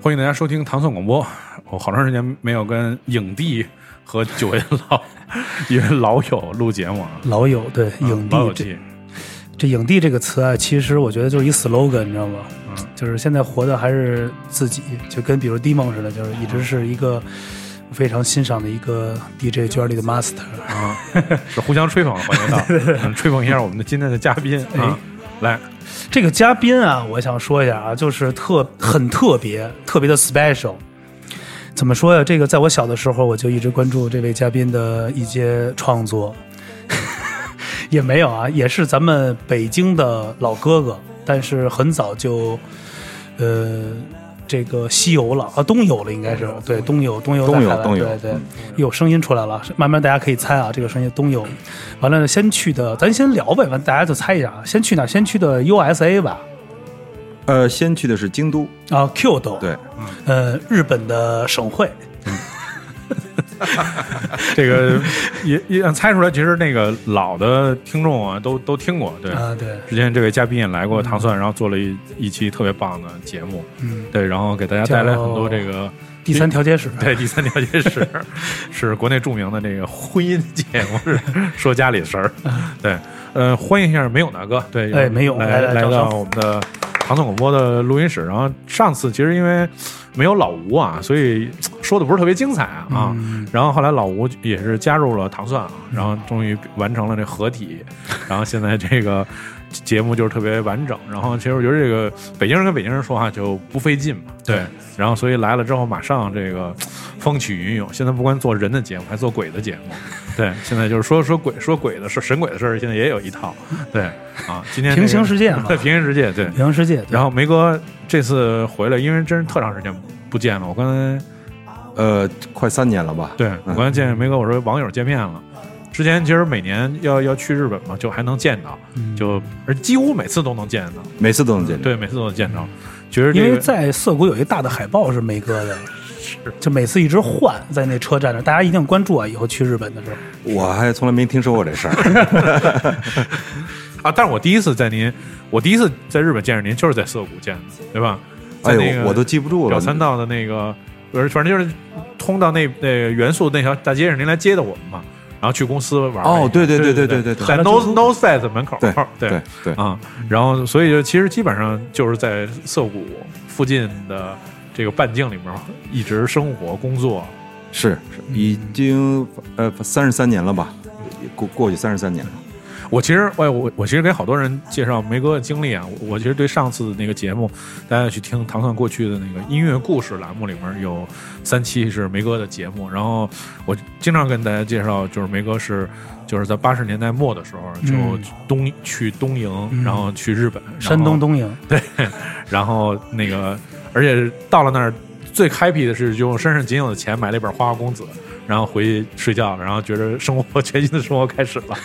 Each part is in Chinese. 欢迎大家收听糖蒜广播。我好长时间没有跟影帝和九位老 一位老友录节目了。老友对嗯影帝老友这记，这影帝这个词啊，其实我觉得就是一 slogan，你知道吗？嗯就是现在活的还是自己，就跟比如 Demon 似的，就是一直是一个我非常欣赏的一个 DJ 圈里的 master。啊，是互相吹捧，欢迎到， 嗯吹捧一下我们的今天的嘉宾哎啊，来，这个嘉宾啊，我想说一下啊，就是特很特别，特别的 special。怎么说呀？这个在我小的时候，我就一直关注这位嘉宾的一些创作， 也没有啊，也是咱们北京的老哥哥，但是很早就，呃，这个西游了啊，东游了，应该是对东游，东游在东游海外东游对对嗯，有声音出来了，慢慢大家可以猜啊，这个声音东游。完了，先去的，咱先聊呗，完大家就猜一下啊，先去哪儿？先去的 USA 吧，呃，先去的是京都，啊，Q 都，对，呃，日本的省会，这 个也也猜出来，其实那个老的听众啊，都都听过，对。啊，对，之前这位嘉宾也来过糖蒜，然后做了一一期特别棒的节目，嗯，对，然后给大家带来很多这个第三调解室，对，第三条街是 是国内著名的这个婚姻节目，是说家里的事儿。对，呃，欢迎一下没有大哥，对，哎没有来来来掌到声我们的唐宋广播的录音室。然后上次其实因为没有老吴啊，所以说的不是特别精彩啊。啊嗯然后后来老吴也是加入了糖蒜啊，然后终于完成了这合体，然后现在这个。节目就是特别完整，然后其实我觉得这个北京人跟北京人说话就不费劲嘛，对，然后所以来了之后马上这个风起云涌，现在不光做人的节目，还做鬼的节目， 对，现在就是说说鬼说鬼的事，神鬼的事儿，现在也有一套，对啊，今天这个平行世界 嘛对平行世界，对，平行世界，然后后梅哥这次回来，因为真是特长时间不见了，我刚才呃，快三年了吧？对我嗯刚才见梅哥，我说网友见面了。之前其实每年要要去日本嘛，就还能见到，嗯就而几乎每次都能见到，每次都能见面。对，每次都能见到。觉得因这为个在涩谷有一大的海报是梅哥的。就每次一直换在那车站那儿，大家一定关注啊！以后去日本的时候，我还从来没听说过这事儿。啊，但是我第一次在您，我第一次在日本见着您就是在涩谷见的，对吧？ 在哎那个呦，我都记不住表了。参道的那个，不是反正就是通到那那个元素那条大街上，您来接的我们嘛，然后去公司玩了一哦下对对对对对对对对在 No No Set 门口， 对对对啊，然后所以就其实基本上就是在涩谷附近的这个半径里面一直生活工作，是是，已经呃三十三年了吧？过过去三十三年了。我其实，哎，我我其实给好多人介绍梅哥的经历啊，我我其实对上次那个节目，大家去听糖蒜过去的那个音乐故事栏目里面有三期是梅哥的节目，然后我经常跟大家介绍，就是梅哥是就是在八十年代末的时候就嗯东、去东营，嗯然后去日本，然后山东，东营，然后那个而且到了那儿最 happy 的是用身上仅有的钱买了一本《花花公子》，然后回去睡觉了，然后觉得生活 全新的生活开始了。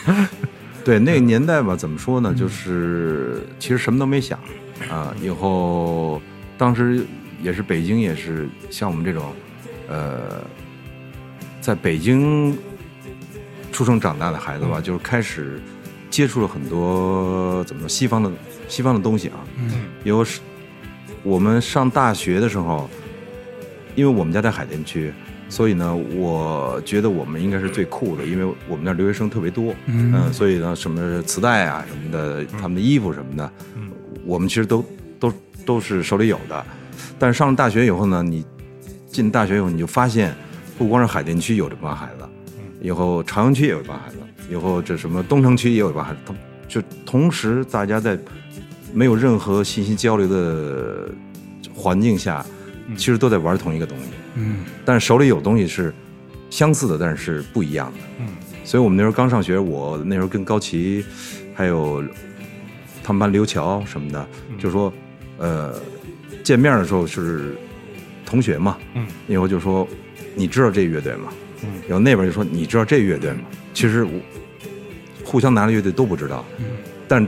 对那个年代吧，怎么说呢？就是其实什么都没想啊。以后当时也是北京，也是像我们这种，呃，在北京出生长大的孩子吧，就是开始接触了很多怎么说西方的西方的东西啊。嗯以后是我们上大学的时候，因为我们家在海淀区。所以呢，我觉得我们应该是最酷的，因为我们那儿留学生特别多。嗯，嗯，所以呢，什么磁带啊什么的，他们的衣服什么的，嗯我们其实都都都是手里有的。但是上了大学以后呢，你进大学以后，你就发现，不光是海淀区有这帮孩子，以后朝阳区也有一帮孩子，以后这什么东城区也有一帮孩子，同就同时大家在没有任何信息交流的环境下，嗯其实都在玩同一个东西。嗯，但是手里有东西是相似的，但是不一样的。嗯，所以我们那时候刚上学，我那时候跟高旗，还有他们班刘乔什么的，嗯就说，呃，见面的时候是同学嘛，嗯，以后就说你知道这乐队吗？嗯，然后那边就说你知道这乐队吗？其实我互相拿的乐队都不知道，嗯，但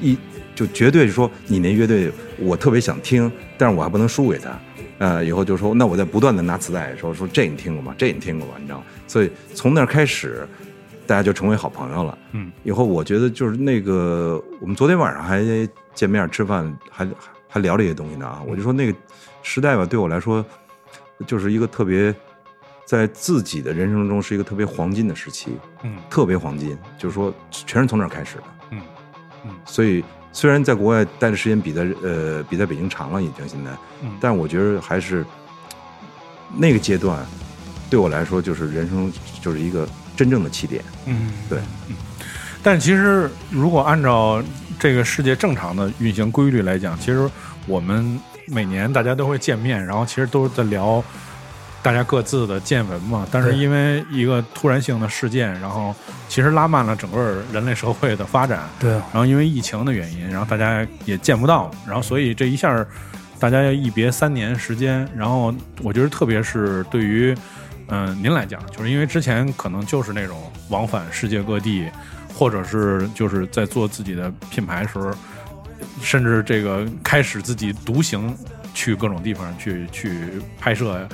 一就绝对是说你那乐队我特别想听，但是我还不能输给他。呃，以后就说那我在不断的拿磁带的时候说这你听过吗？这你听过吗？你知道吗？所以从那儿开始，大家就成为好朋友了。嗯，以后我觉得就是那个我们昨天晚上还见面吃饭，还还还聊这些东西呢啊。我就说那个时代吧，对我来说就是一个特别在自己的人生中是一个特别黄金的时期，嗯特别黄金，就是说全是从那儿开始的。嗯所以虽然在国外待的时间比在呃比在北京长了已经现在，嗯，但我觉得还是那个阶段对我来说就是人生就是一个真正的起点。嗯对，嗯，但其实如果按照这个世界正常的运行规律来讲，其实我们每年大家都会见面，然后其实都是在聊大家各自的见闻嘛。但是对因为一个突然性的事件，然后其实拉慢了整个人类社会的发展。对，然后因为疫情的原因，然后大家也见不到，然后所以这一下儿大家要一别三年时间，然后我觉得特别是对于嗯、呃您来讲，就是因为之前可能就是那种往返世界各地，或者是就是在做自己的品牌时候，甚至这个开始自己独行去各种地方去去拍摄呀。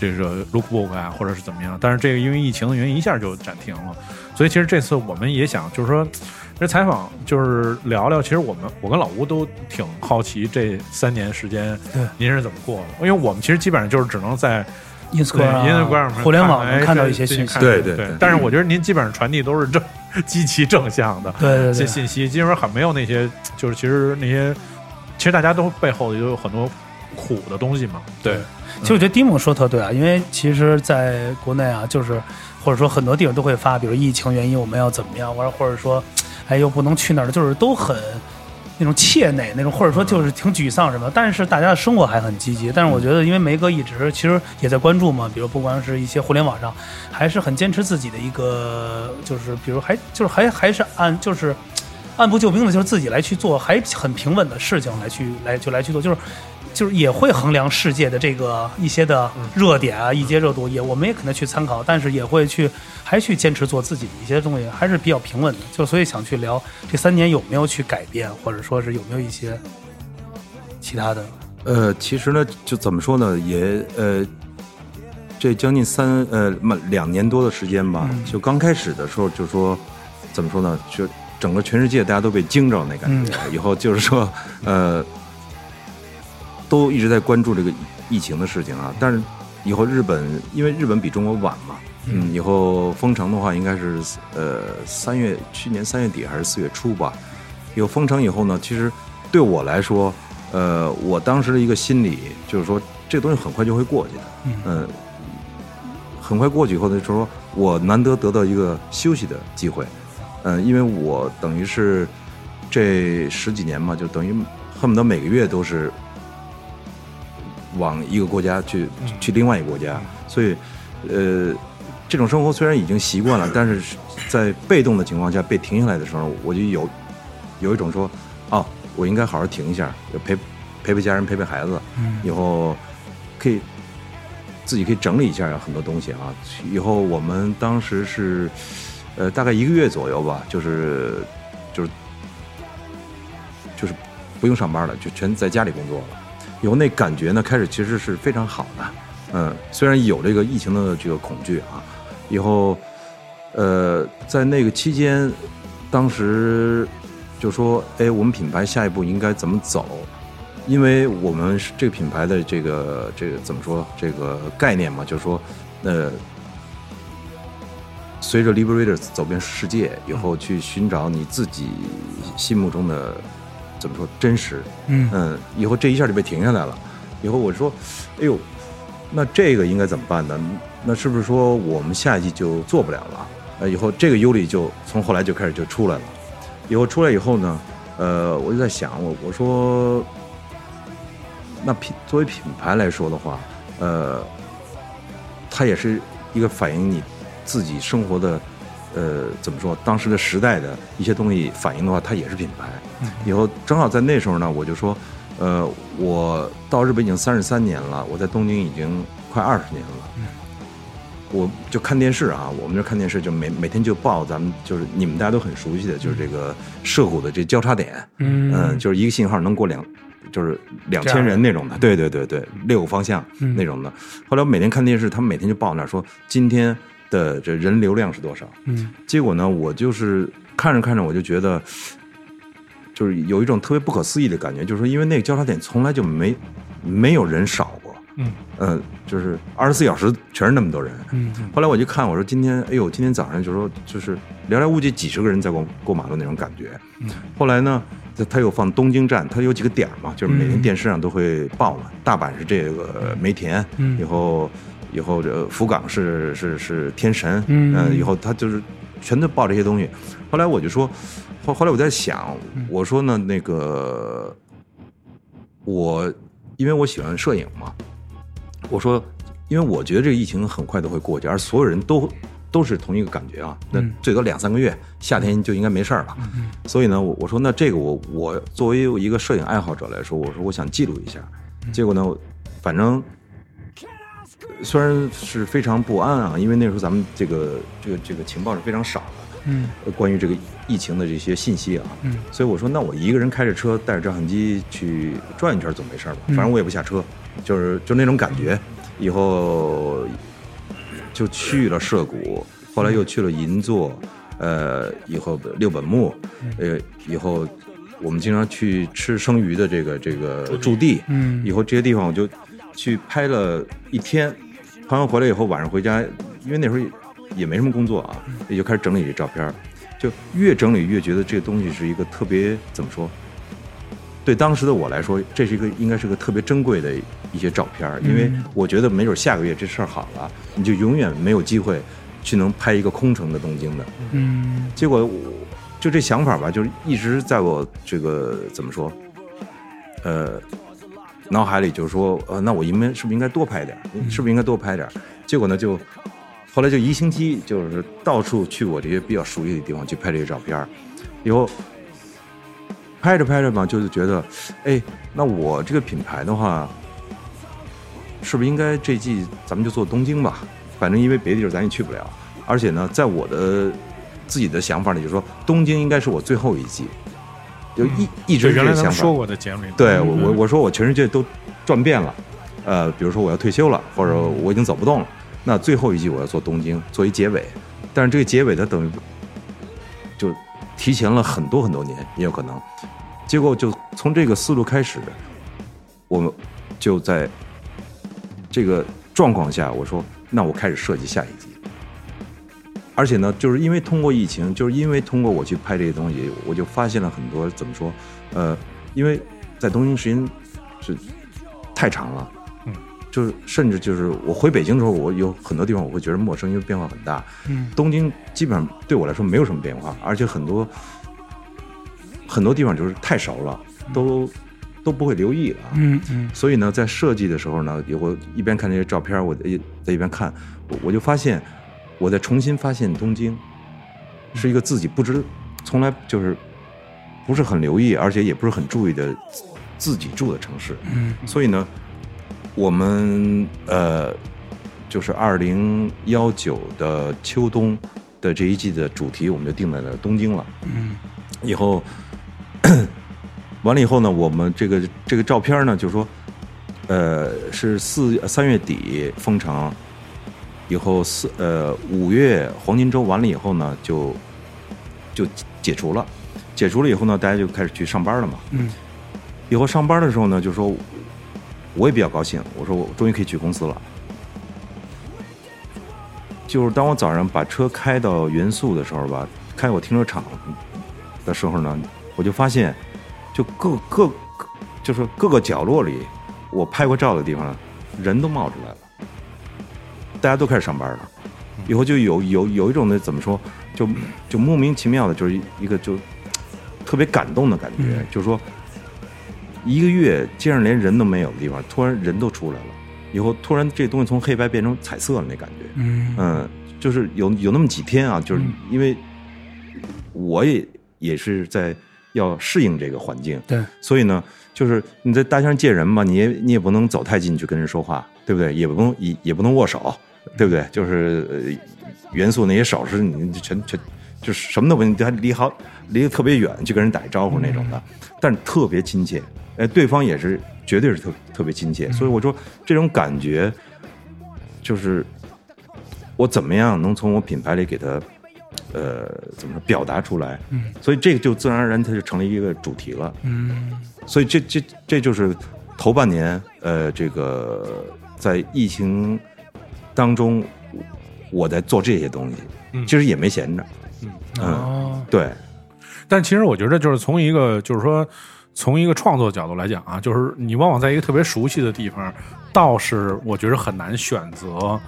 这个 lookbook 啊，或者是怎么样，但是这个因为疫情的原因，一下就暂停了。所以其实这次我们也想，就是说，这采访就是聊聊，其实我们我跟老吴都挺好奇这三年时间对您是怎么过的，因为我们其实基本上就是只能在 Instagram 啊、 Instagram 互联网上能看到一些信息。对哎对对对对。但是我觉得您基本上传递都是正 极其正向的对对这对，信息，基本上很没有那些就是其实那些其实大家都背后都有很多苦的东西嘛。对，其实我觉得丁姆说特对啊，因为其实在国内啊，就是或者说很多地方都会发，比如疫情原因我们要怎么样，或者或者说，哎又不能去哪儿，就是都很那种怯馁那种，或者说就是挺沮丧什么。但是大家的生活还很积极。但是我觉得，因为梅哥一直其实也在关注嘛，比如不光是一些互联网上，还是很坚持自己的一个，就是比如还就是还还是按就是。按部就班的，就是自己来去做，还很平稳的事情来去来就来去做，就是就是也会衡量世界的这个一些的热点啊，一些热度也我们也可能去参考，但是也会去还去坚持做自己的一些东西，还是比较平稳的。就所以想去聊这三年有没有去改变，或者说是有没有一些其他的，呃，其实呢，就怎么说呢，也呃，这将近三呃满两年多的时间吧，嗯就刚开始的时候就说，怎么说呢，就整个全世界大家都被惊着那感觉，以后就是说呃，都一直在关注这个疫情的事情啊，但是以后日本因为日本比中国晚嘛。嗯，以后封城的话，应该是呃三月，去年三月底还是四月初吧。有封城以后呢，其实对我来说，呃，我当时的一个心理就是说，这东西很快就会过去的，嗯呃，很快过去以后呢，就是说我难得得到一个休息的机会，嗯、因为我等于是这十几年嘛，就等于恨不得每个月都是往一个国家去，去另外一个国家，所以，呃。这种生活虽然已经习惯了，但是在被动的情况下被停下来的时候，我就有有一种说，哦，我应该好好停一下，陪陪陪家人，陪陪孩子，嗯以后可以自己可以整理一下很多东西啊。以后我们当时是呃大概一个月左右吧，就是就是就是不用上班了，就全在家里工作了。以后那感觉呢，开始其实是非常好的，嗯，虽然有这个疫情的这个恐惧啊，以后呃在那个期间，当时就说，哎，我们品牌下一步应该怎么走？因为我们是这个品牌的这个这个怎么说这个概念嘛，就是说，呃，随着 Liberators 走遍世界以后，去寻找你自己心目中的怎么说真实，嗯嗯，以后这一下就被停下来了。以后我说，哎呦，那这个应该怎么办呢？那是不是说我们下一季就做不了了？呃，以后这个忧虑就从后来就开始就出来了。以后出来以后呢，呃，我就在想，我我说，那品作为品牌来说的话，呃，它也是一个反映你自己生活的，呃，怎么说，当时的时代的一些东西反映的话，它也是品牌。以后正好在那时候呢，我就说，呃，我到日本已经三十三年了，我在东京已经快二十年了。我就看电视啊，我们这看电视就每每天就报咱们就是你们大家都很熟悉的，就是这个涉谷的这交叉点，嗯嗯，就是一个信号能过两，就是两千人那种的，对对对对，六个方向嗯那种的。后来我每天看电视，他们每天就报那儿说今天的这人流量是多少。嗯结果呢，我就是看着看着我就觉得，就是有一种特别不可思议的感觉，就是说因为那个交叉点从来就没没有人少过，嗯呃，就是二十四小时全是那么多人。嗯，后来我就看，我说今天，哎呦，今天早上就说就是寥寥无几几十个人在过过马路那种感觉。嗯后来呢，他他又放东京站，他有几个点儿嘛，就是每天电视上都会报嘛。大阪是这个梅田，嗯以后以后这福冈是是是天神，嗯呃以后他就是全都报这些东西。后来我就说，后后来我在想，嗯我说呢，那个我因为我喜欢摄影嘛，我说，因为我觉得这个疫情很快都会过去，而所有人都都是同一个感觉啊，那嗯最多两三个月，夏天就应该没事儿了。所以呢，我我说那这个我我作为一个摄影爱好者来说，我说我想记录一下。嗯结果呢，反正虽然是非常不安啊，因为那时候咱们这个这个这个情报是非常少的，嗯呃关于这个疫情的这些信息啊。嗯所以我说，那我一个人开着车，带着照相机去转一圈总没事儿吧？嗯反正我也不下车，就是就那种感觉。以后就去了涉谷，后来又去了银座，呃，以后六本木，嗯呃，以后我们经常去吃生鱼的这个这个驻地，嗯以后这些地方我就去拍了一天，拍完回来以后晚上回家，因为那时候也也没什么工作啊，也就开始整理这照片儿，就越整理越觉得这个东西是一个特别怎么说？对当时的我来说，这是一个应该是个特别珍贵的一些照片儿，因为我觉得没准下个月这事儿好了，你就永远没有机会去能拍一个空城的东京的。嗯结果我就这想法吧，就是一直在我这个怎么说，呃，脑海里就是说，呃，那我应该是不是应该多拍点儿？嗯是不是应该多拍点儿？结果呢，就后来就一星期，就是到处去我这些比较熟悉的地方去拍这些照片儿，以后拍着拍着嘛，就是觉得，哎，那我这个品牌的话，是不是应该这季咱们就做东京吧？反正因为别的地儿咱也去不了，而且呢，在我的自己的想法里，就是说东京应该是我最后一季，就一、一嗯直对，是原这来咱个想们法。说过的节目里，对我我嗯我说我全世界都转遍了，呃，比如说我要退休了，或者我已经走不动了，那最后一季我要做东京做一结尾，但是这个结尾它等于就提前了很多很多年，也有可能。结果就从这个思路开始，我们就在这个状况下，我说那我开始设计下一季。而且呢，就是因为通过疫情，就是因为通过我去拍这些东西，我就发现了很多怎么说，呃，因为在东京时间是太长了，嗯，就是甚至就是我回北京的时候，我有很多地方我会觉得陌生，因为变化很大。嗯东京基本上对我来说没有什么变化，而且很多很多地方就是太熟了，都都不会留意了。嗯嗯所以呢，在设计的时候呢，我一边看这些照片，我一在一边看，我我就发现，我在重新发现东京，是一个自己不知，从来就是不是很留意，而且也不是很注意的自自己住的城市。嗯所以呢，我们呃，就是二零幺九的秋冬的这一季的主题，我们就定在了东京了。嗯以后完了以后呢，我们这个这个照片呢，就说，呃，是四三月底封城，以后四呃五月黄金周完了以后呢，就就解除了，解除了以后呢，大家就开始去上班了嘛。嗯以后上班的时候呢，就说我也比较高兴，我说我终于可以去公司了。就是当我早上把车开到元宿的时候吧，开我停车场的时候呢，我就发现，就各各就是各个角落里，我拍过照的地方，人都冒出来了，大家都开始上班了。以后就有有有一种的怎么说，就就莫名其妙的，就是一个就特别感动的感觉，嗯就是说一个月街上连人都没有的地方，突然人都出来了，以后突然这东西从黑白变成彩色了那感觉，嗯嗯，就是有有那么几天啊，就是嗯因为我也也是在要适应这个环境，对，所以呢，就是你在大街上见人嘛，你也你也不能走太近去跟人说话，对不对？也不能也也不能握手，对不对？就是、呃、元素那些手势，你全全就是什么都不能，还离好离得特别远去跟人打一招呼那种的，但是特别亲切，哎，对方也是绝对是特特别亲切，所以我说这种感觉就是我怎么样能从我品牌里给它呃怎么说表达出来，嗯所以这个就自然而然它就成了一个主题了。嗯所以这这这就是头半年，呃，这个在疫情当中，我在做这些东西，嗯其实也没闲着。嗯，哦对，但其实我觉得，就是从一个，就是说，从一个创作角度来讲啊，就是你往往在一个特别熟悉的地方，倒是我觉得很难选择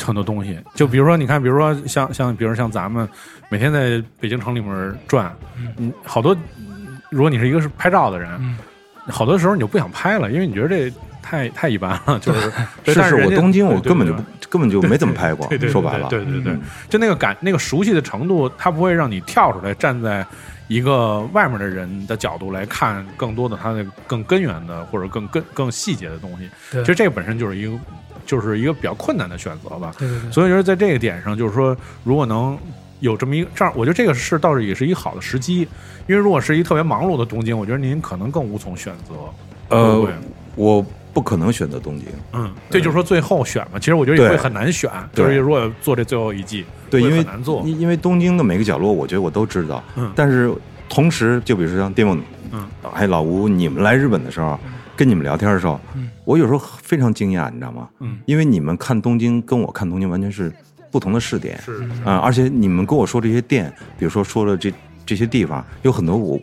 很多东西。就比如说，你看，比如说像 像，比如像咱们每天在北京城里面转，嗯，好多，如果你是一个是拍照的人，嗯好多时候你就不想拍了，因为你觉得这太太一般了，就是。对是但是，人我家东京我对对根本对就不根本就没怎么拍过 对，对，说白了，对对对对嗯，就那个感，那个熟悉的程度，它不会让你跳出来，站在一个外面的人的角度来看更多的它的更根源的或者更更更细节的东西。对其实这个本身就是一个就是一个比较困难的选择吧。对对对，所以就是在这个点上，就是说，如果能有这么一个这样，我觉得这个是倒是也是一个好的时机，因为如果是一特别忙碌的东京，我觉得您可能更无从选择。会不呃会，我不可能选择东京，嗯，对，就是说最后选嘛，其实我觉得也会对很难选，就对是如果做这最后一季，对，会因为很难做。因因为东京的每个角落，我觉得我都知道。嗯但是同时，就比如说像 Demon，嗯，哎，老吴，你们来日本的时候，跟你们聊天的时候，嗯我有时候非常惊讶，你知道吗？嗯，因为你们看东京跟我看东京完全是不同的视点。是啊、而且你们跟我说这些店，比如说说了这这些地方，有很多我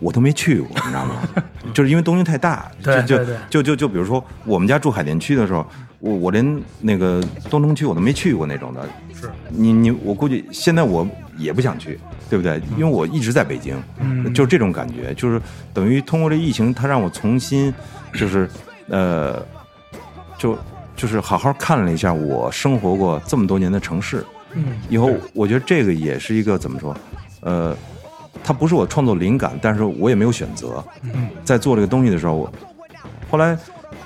我都没去过，你知道吗？ 就是因为东京太大，对就对对就就就就比如说我们家住海淀区的时候，我我连那个东城区我都没去过那种的。是你你我估计现在我也不想去，对不对？因为我一直在北京，嗯就是这种感觉，就是等于通过这疫情，它让我重新就是呃，就就是好好看了一下我生活过这么多年的城市。嗯以后我觉得这个也是一个怎么说，呃，它不是我创作灵感，但是我也没有选择。嗯，在做这个东西的时候，我后来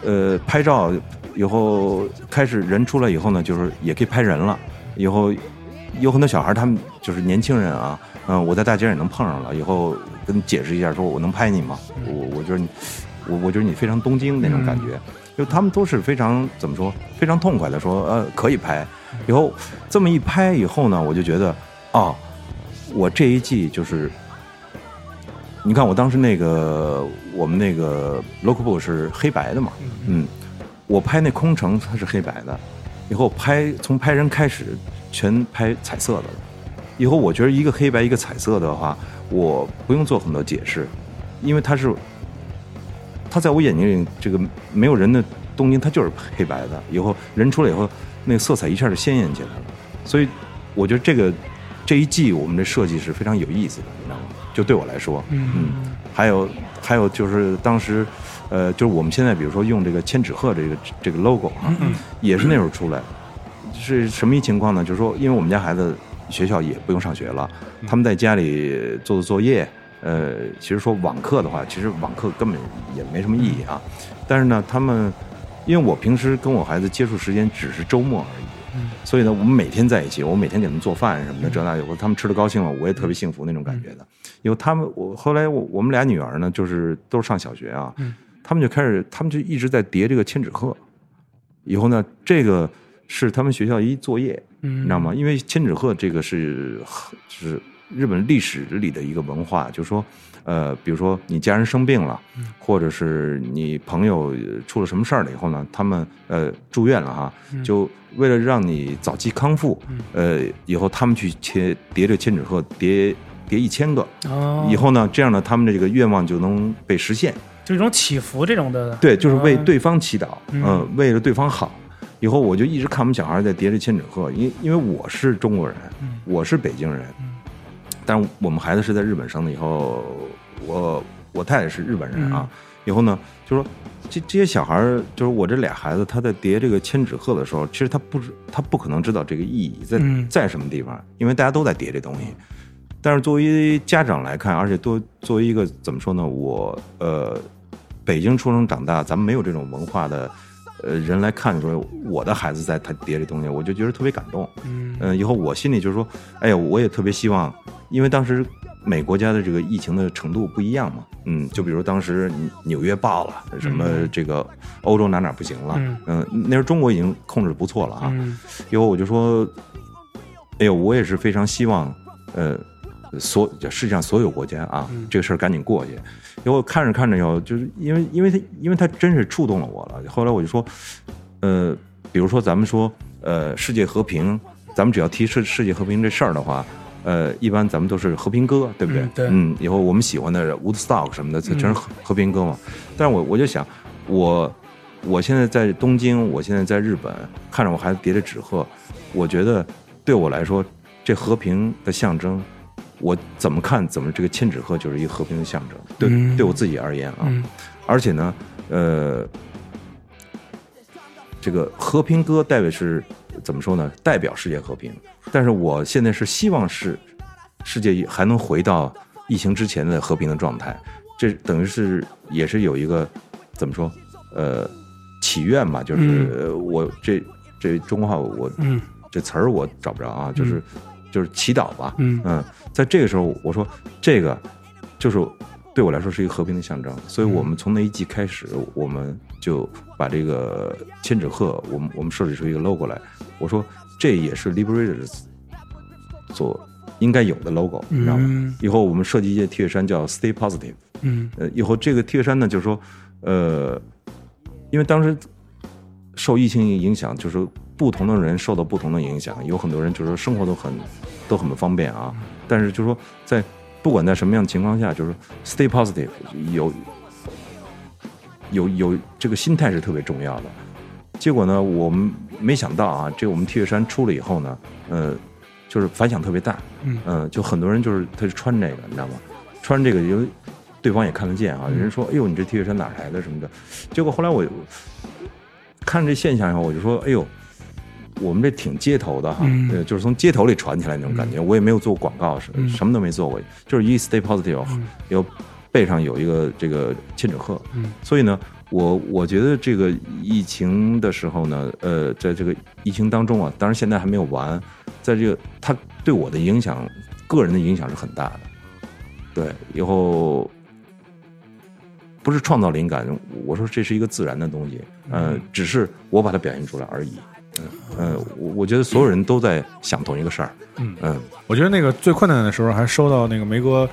呃拍照以后开始人出来以后呢，就是也可以拍人了。以后有很多小孩，他们就是年轻人啊，嗯、我在大街上也能碰上了。以后跟解释一下，说我能拍你吗？我我觉得你，我我觉得你非常东京那种感觉。就他们都是非常怎么说，非常痛快的说，呃，可以拍。以后这么一拍以后呢，我就觉得，哦，我这一季就是，你看我当时那个我们那个 local book 是黑白的嘛，嗯，我拍那空城它是黑白的，以后拍从拍人开始全拍彩色的了。以后我觉得一个黑白一个彩色的话，我不用做很多解释，因为它是它在我眼睛里这个没有人的东京，它就是黑白的。以后人出来以后，那个色彩一下就鲜艳起来了。所以我觉得这个这一季我们的设计是非常有意思的，你知道吗？就对我来说，嗯还有还有就是当时，呃，就是我们现在比如说用这个千纸鹤这个这个 logo 啊，也是那时候出来，是什么一情况呢？就是说，因为我们家孩子学校也不用上学了，他们在家里做做作业。呃，其实说网课的话，其实网课根本也没什么意义啊。但是呢，他们因为我平时跟我孩子接触时间只是周末而已，所以呢，我们每天在一起，我每天给他们做饭什么的，这那有，他们吃的高兴了，我也特别幸福那种感觉的。有他们，我后来我我们俩女儿呢，就是都上小学啊，嗯他们就开始，他们就一直在叠这个千纸鹤。以后呢，这个是他们学校一作业，嗯，你知道吗？因为千纸鹤这个是就是日本历史里的一个文化，就是说，呃，比如说你家人生病了，嗯或者是你朋友呃出了什么事儿了以后呢，他们呃住院了哈，嗯就为了让你早期康复，呃，以后他们去切叠这个千纸鹤，叠叠一千个，哦，以后呢，这样呢，他们这个愿望就能被实现。就一种祈福这种的，对，就是为啊对方祈祷，嗯嗯、为了对方好。以后我就一直看我们小孩在叠着千纸鹤，因因为我是中国人，嗯我是北京人，但是我们孩子是在日本生的。以后我我太太是日本人嗯啊，以后呢，就说这这些小孩儿，就是我这俩孩子，他在叠这个千纸鹤的时候，其实他不知他不可能知道这个意义在嗯在什么地方，因为大家都在叠这东西。但是作为家长来看，而且多作为一个怎么说呢，我呃，北京出生长大，咱们没有这种文化的呃人来看说我的孩子在他叠这东西，我就觉得特别感动。嗯嗯，以后我心里就是说，哎呀，我也特别希望，因为当时每国家的这个疫情的程度不一样嘛，嗯，就比如当时纽约爆了，什么这个欧洲哪哪不行了，嗯啊嗯，那时候中国已经控制得不错了啊，嗯以后我就说，哎呦，我也是非常希望，呃，所世界上所有国家啊，嗯这个事儿赶紧过去。因为我看着看着以后，就是因为因为他因为他真是触动了我了。后来我就说，呃，比如说咱们说，呃，世界和平，咱们只要提世世界和平这事儿的话。呃，一般咱们都是和平歌，对不对？嗯对以后我们喜欢的 Woodstock 什么的，全是和和平歌嘛。但是我我就想，我我现在在东京，我现在在日本，看着我孩子叠着纸鹤，我觉得对我来说，这和平的象征，我怎么看怎么这个千纸鹤就是一个和平的象征，对、嗯对我自己而言啊，嗯而且呢，呃，这个和平歌代表是怎么说呢？代表世界和平，但是我现在是希望是世界还能回到疫情之前的和平的状态，这等于是也是有一个怎么说？呃，祈愿吧，就是、呃我这这中国话我嗯这词儿我找不着啊，就是、就是祈祷吧。嗯在这个时候，我说这个就是对我来说是一个和平的象征，所以我们从那一季开始，我们就把这个千纸鹤，我们我们设计出一个 logo 来。我说这也是 Liberators 所应该有的 logo，你知道吗？嗯以后我们设计一件 T 恤衫叫 Stay Positive。嗯呃，以后这个 T 恤衫呢，就是说，呃，因为当时受疫情影响，就是不同的人受到不同的影响，有很多人就是说生活都很都很不方便啊。但是就是说，在不管在什么样的情况下，就是说 stay positive，有有有这个心态是特别重要的。结果呢，我们没想到啊，这个我们 T 恤衫出了以后呢，呃，就是反响特别大，嗯呃就很多人就是他就穿这个，你知道吗？穿这个有对方也看得嗯见啊，有人说，哎呦，你这 T 恤衫哪儿来的什么的。结果后来我看这现象以后，我就说，哎呦，我们这挺街头的哈，嗯呃就是从街头里传起来那种感觉。我也没有做广告，什嗯什么都没做过，就是一 Stay Positive，嗯有背上有一个这个千纸鹤，嗯所以呢，我我觉得这个疫情的时候呢，呃，在这个疫情当中啊，当然现在还没有完，在这个它对我的影响，个人的影响是很大的。对，以后不是创造灵感，我说这是一个自然的东西，嗯呃，只是我把它表现出来而已。嗯，呃，我我觉得所有人都在想同一个事儿。嗯嗯我觉得那个最困难的时候，还收到那个梅哥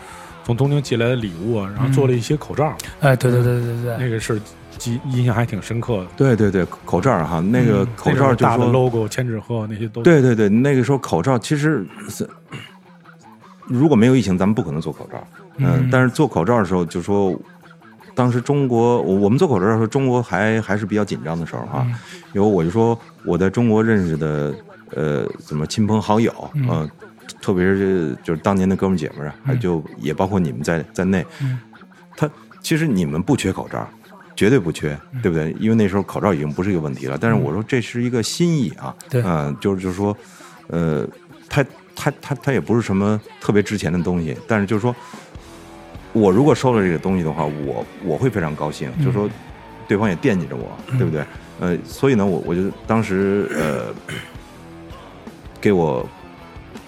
从东京寄来的礼物啊，然后做了一些口罩，哎，对对对对对对，那个是记印象还挺深刻的。对对对，口罩儿哈，那个呃口嗯罩那儿种就是大的说 logo、千纸鹤那些都，对对对，那个时候口罩其实是，如果没有疫情，咱们不可能做口罩。嗯，但是做口罩的时候，就说当时中国，我我们做口罩的时候，中国还还是比较紧张的时候哈、啊。因为我就说我在中国认识的呃，怎么亲朋好友，嗯、特别是就是当年的哥们姐们儿，还就也包括你们在在内，他其实你们不缺口罩。绝对不缺，对不对？因为那时候口罩已经不是一个问题了。但是我说这是一个心意啊，对嗯、就是就是说，呃，它它它它也不是什么特别值钱的东西，但是就是说，我如果收了这个东西的话，我我会非常高兴，就是说，对方也惦记着我，对不对？呃，所以呢，我我就当时呃，给我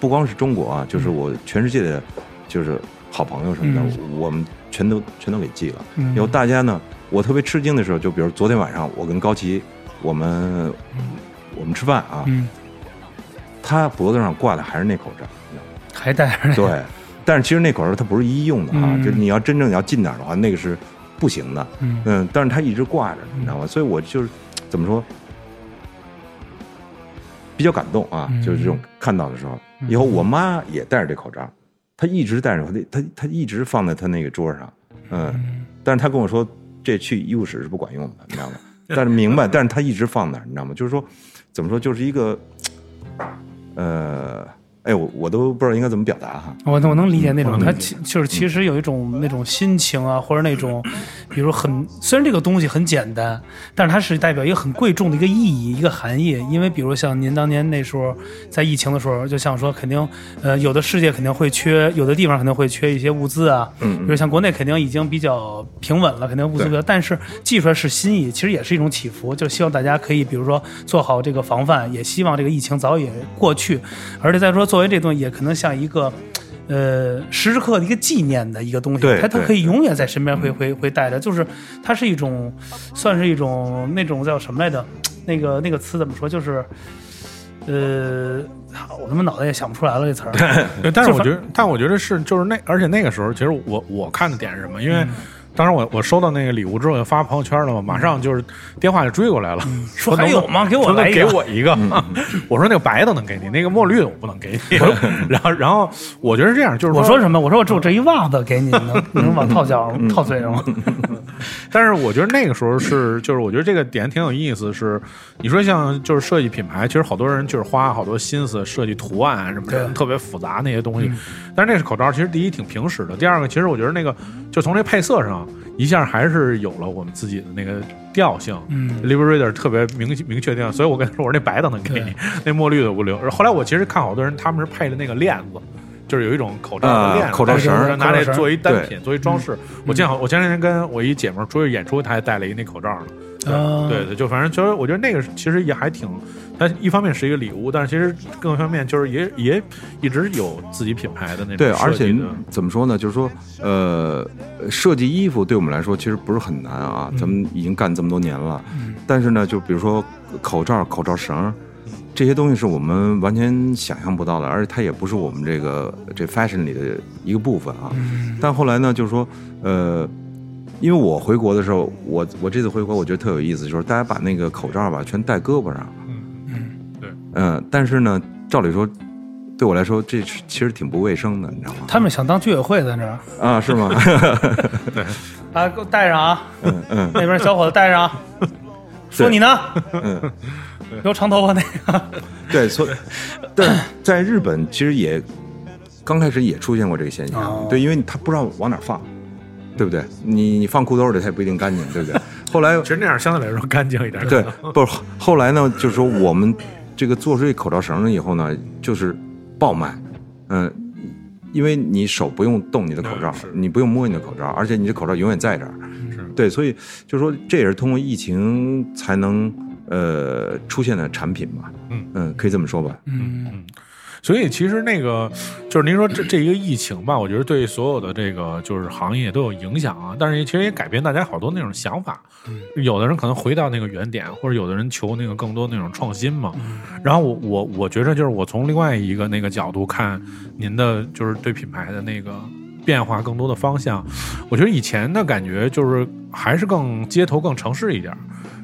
不光是中国啊，就是我全世界的，就是好朋友什么的，我们全都全都给寄了。嗯然后大家呢，我特别吃惊的时候，就比如昨天晚上，我跟高奇，我们我们吃饭啊，嗯，他脖子上挂的还是那口罩，你知道 吗还带着那对，但是其实那口罩它不是医用的啊，嗯就是你要真正你要近点儿的话，那个是不行的。嗯嗯，但是它一直挂着，你知道吗？所以我就是怎么说，比较感动啊，嗯就是这种看到的时候。以后我妈也戴着这口罩，她一直戴着，她她她一直放在她那个桌上，嗯，但是她跟我说这去医务室是不管用的，你知道吗？但是明白，但是她一直放那儿，你知道吗？就是说，怎么说，就是一个，呃，哎，我我都不知道应该怎么表达哈。我我能理解那种，嗯他其就是其实有一种那种心情啊，或者那种，比如很虽然这个东西很简单，但是它是代表一个很贵重的一个意义、一个含义。因为比如像您当年那时候在疫情的时候，就像说肯定，呃，有的世界肯定会缺，有的地方肯定会缺一些物资啊。嗯比如像国内肯定已经比较平稳了，肯定物资对比较，但是寄出来是心意，其实也是一种祈福，就希望大家可以，比如说做好这个防范，也希望这个疫情早也过去，而且再说作为这东西，也可能像一个。呃，时时刻刻的一个纪念的一个东西，对它它对嗯可以永远在身边会会会带着，就是它是一种，算是一种那种叫什么来着？那个那个词怎么说？就是呃，好我他妈脑袋也想不出来了这词儿。 对，但是我就反觉得，但我觉得是就是那，而且那个时候，其实我我看的点是什么？因嗯为当时我我收到那个礼物之后，就发朋友圈了嘛，马上就是电话就追过来了，嗯说能还不有吗？给我能不能来一给个。我一个，我说那个白的能给你，那个墨绿的我不能给 你。然后然后我觉得是这样，就是我说什么？我说我只有这一袜子 给你，能能往套脚嗯套嘴上吗？但是我觉得那个时候是，就是我觉得这个点挺有意思，是你说像就是设计品牌，其实好多人就是花好多心思设计图案啊什么的，对嗯特别复杂那些东西。但是那是口罩，其实第一挺平实的，第二个其实我觉得那个就从这配色上一下还是有了我们自己的那个调性。嗯， Liberator 特别明明确定，所以我跟他说，我说那白的能给你对， 那墨绿的我留。后来我其实看好多人，他们是配的那个链子，就是有一种口罩的啊链子，口罩绳儿拿口罩这绳儿做一单品，做一装饰。嗯我见好，我前两天跟我一姐们儿出去演出，她还戴了一那口罩呢。啊对对，就反正其实我觉得那个其实也还挺，它一方面是一个礼物，但是其实更一方面就是也也一直有自己品牌的那种对，设而计且的怎么说呢？就是说，呃，设计衣服对我们来说其实不是很难啊，嗯咱们已经干这么多年了。但是呢，就比如说口罩、口罩绳儿这些东西，是我们完全想象不到的，而且它也不是我们这个这 fashion 里的一个部分啊。但后来呢，就是说，呃。因为我回国的时候，我我这次回国，我觉得特有意思，就是大家把那个口罩吧全戴胳膊上，嗯嗯，但是呢，照理说，对我来说，这是其实挺不卫生的，你知道吗？他们想当居委会在那儿啊，是吗？ 啊，给我带上啊，嗯嗯那边小伙子带上啊。说你呢， 嗯，留长头发那个，对，所以，但是在日本其实也刚开始也出现过这个现象，哦对，因为他不知道往哪放，对不对？你你放裤兜里，他也不一定干净，对不对？后来其实那样相对来说干净一点。对，不是后来呢，就是说我们这个做出这口罩绳了以后呢，就是爆卖，嗯、因为你手不用动你的口罩嗯是，你不用摸你的口罩，而且你的口罩永远在这儿是，对，所以就说这也是通过疫情才能呃出现的产品嘛，嗯可以这么说吧，嗯，所以其实那个就是您说这这一个疫情吧，我觉得对所有的这个就是行业都有影响啊。但是也其实也改变大家好多那种想法，嗯有的人可能回到那个原点，或者有的人求那个更多那种创新嘛。嗯然后我我我觉着就是我从另外一个那个角度看您的就是对品牌的那个。变化更多的方向，我觉得以前的感觉就是还是更街头、更城市一点儿，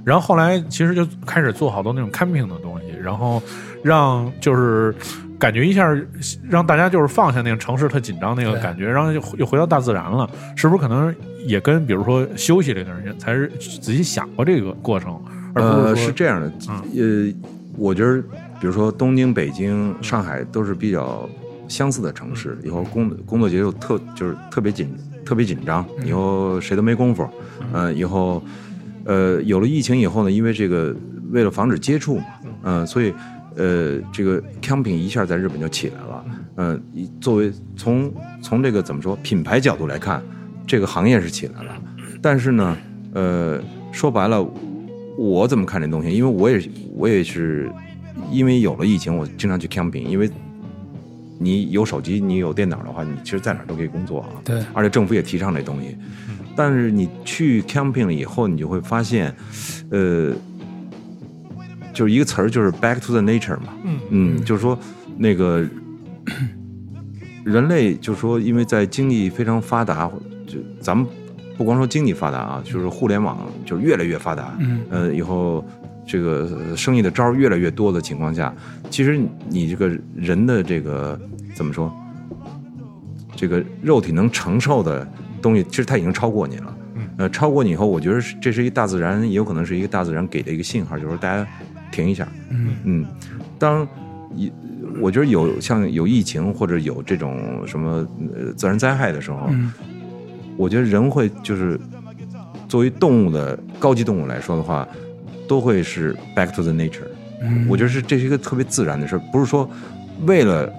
然后后来其实就开始做好多那种 camping 的东西，然后让就是感觉一下让大家就是放下那个城市特紧张那个对感觉，然后又又回到大自然了，是不是可能也跟比如说休息这段时间才是仔细想过这个过程，而不是呃，是说嗯这样的，呃，我觉得比如说东京、北京、上海都是比较相似的城市，嗯以后工工作节奏特就是特别紧，特别紧张，嗯以后谁都没工夫，呃，以后呃有了疫情以后呢，因为这个为了防止接触嘛，嗯、所以。呃，这个 camping 一下在日本就起来了。嗯、呃，一作为从从这个怎么说品牌角度来看，这个行业是起来了。但是呢，呃，说白了，我怎么看这东西？因为我也是我也是，因为有了疫情，我经常去 camping，因为你有手机，你有电脑的话，你其实在哪儿都可以工作啊。对，而且政府也提倡这东西。但是你去 camping 了以后，你就会发现，呃，就是一个词儿，就是 back to the nature 嘛。嗯嗯，就是说那个 人类，就是说因为在经济非常发达，就咱们不光说经济发达啊，就是互联网就越来越发达。嗯，呃，以后这个呃生意的招儿越来越多的情况下，其实你这个人的这个怎么说，这个肉体能承受的东西，其实它已经超过你了嗯。呃，超过你以后，我觉得是这是一大自然，也有可能是一个大自然给的一个信号，就是大家停一下。嗯嗯，当一我觉得有像有疫情或者有这种什么呃自然灾害的时候，嗯我觉得人会就是作为动物的高级动物来说的话，都会是 back to the nature。嗯，我觉得是这是一个特别自然的事儿，不是说为了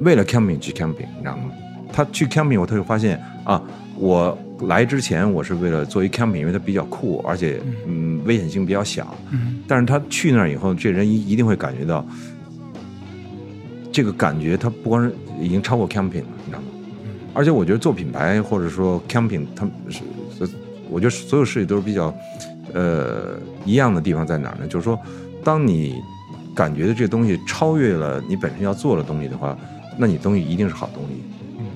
为了 camping 去 camping，你知道吗？他去 camping，我他就发现啊，我来之前我是为了做一 camping，因为它比较酷，而且嗯危险性比较小。嗯但是他去那儿以后，这人一一定会感觉到，这个感觉他不光是已经超过 camping 了，你知道吗？而且我觉得做品牌或者说 camping，他们是，是我觉得所有事情都是比较，呃，一样的地方在哪儿呢？就是说，当你感觉的这个东西超越了你本身要做的东西的话，那你东西一定是好东西。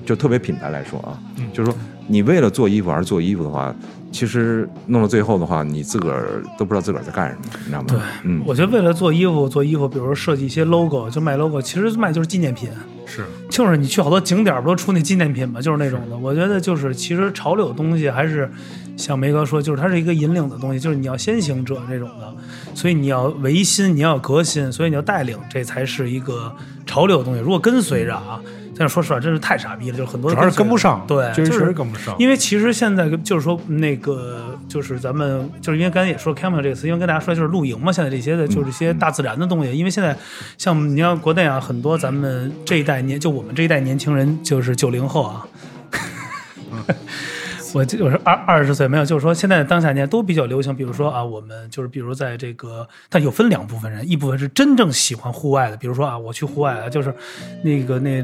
就特别品牌来说啊，就是说你为了做衣服而做衣服的话，其实弄到最后的话，你自个儿都不知道自个儿在干什么，你知道吗？对，嗯，我觉得为了做衣服，做衣服，比如说设计一些 logo，就卖 logo，其实卖就是纪念品，是就是你去好多景点儿不都出那纪念品吗？就是那种的。我觉得就是其实潮流的东西还是像梅哥说，就是它是一个引领的东西，就是你要先行者这种的，所以你要维新，你要有革新，所以你要带领，这才是一个潮流的东西。如果跟随着啊，但是说实话，真是太傻逼了，就是很多主人要是随着跟不上，对，确实就确是实跟不上，因为其实现在就是说那个就是咱们就是因为刚才也说 camping 这个词，因为跟大家说就是露营嘛，现在这些的就是一些大自然的东西，因为现在像你像国内啊，很多咱们这一代年就我们这一代年轻人就是九零后啊。我记我是二二十岁，没有，就是说现在当下年都比较流行，比如说啊，我们就是比如在这个，但有分两部分人，一部分是真正喜欢户外的，比如说啊，我去户外啊，就是那个那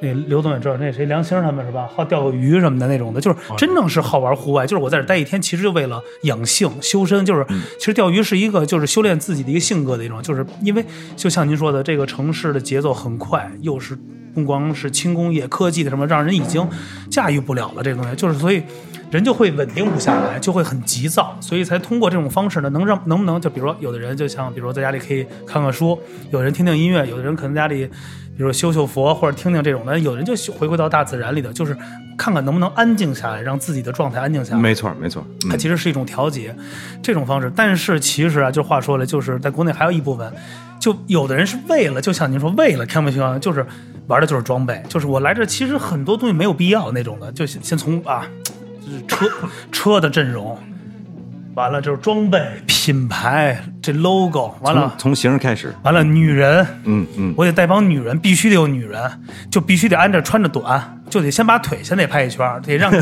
那刘总也知道，那谁梁星他们是吧，好钓个鱼什么的那种的，就是真正是好玩户外，就是我在这儿待一天，其实就为了养性修身，就是其实钓鱼是一个就是修炼自己的一个性格的一种，就是因为就像您说的，这个城市的节奏很快，又是不光是轻工业、科技的什么，让人已经驾驭不了了。这个东西就是，所以人就会稳定不下来，就会很急躁，所以才通过这种方式呢，能让能不能就比如说，有的人就像比如说在家里可以看看书，有人听听音乐，有的人可能家里比如说修修佛或者听听这种的，有人就回归到大自然里的，就是看看能不能安静下来，让自己的状态安静下来。没错，没错，嗯它其实是一种调节，这种方式。但是其实啊，就话说了，就是在国内还有一部分，就有的人是为了，就像您说，为了 camping 学校就是玩的就是装备，就是我来这儿其实很多东西没有必要那种的，就先先从啊，就是车车的阵容，完了就是装备、品牌、这 logo，完从了从形式开始，完了女人，嗯嗯，我得带帮女人，必须得有女人，就必须得按着穿着短，就得先把腿先得拍一圈儿，得 让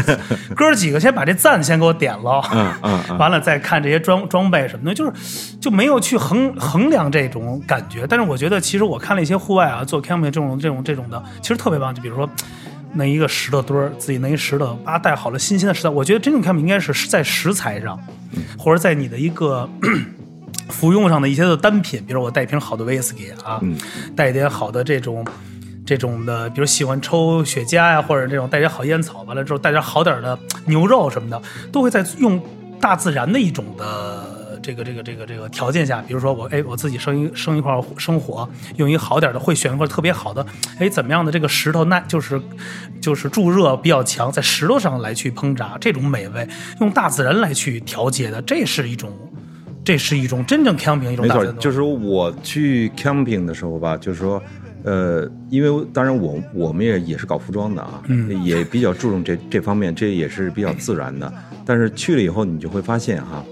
哥儿几个先把这赞先给我点了，嗯 嗯完了再看这些装装备什么的，就是就没有去衡衡量这种感觉。但是我觉得，其实我看了一些户外啊，做 camping 这种这种这种的，其实特别棒。就比如说。弄一个石头墩儿，自己弄一石头，啊，带好了新鲜的食材。我觉得真正 camping 应该是在食材上，嗯或者在你的一个服用上的一些的单品，比如我带一瓶好的威士忌啊，带一点好的这种这种的，比如喜欢抽雪茄呀、或者这种带点好烟草，完了之后带点好点的牛肉什么的，都会在用大自然的一种的这个这个这个这个条件下，比如说我哎我自己生一生一块生火，用一好点的，会选一块特别好的，哎怎么样的这个石头耐就是就是助热比较强，在石头上来去烹炸这种美味，用大自然来去调节的，这是一种。这是一种真正 camping 一种没大自然错的，东西就是说我去 camping 的时候吧，就是说，呃，因为当然我我们也也是搞服装的啊，嗯也比较注重这这方面，这也是比较自然的。但是去了以后，你就会发现哈、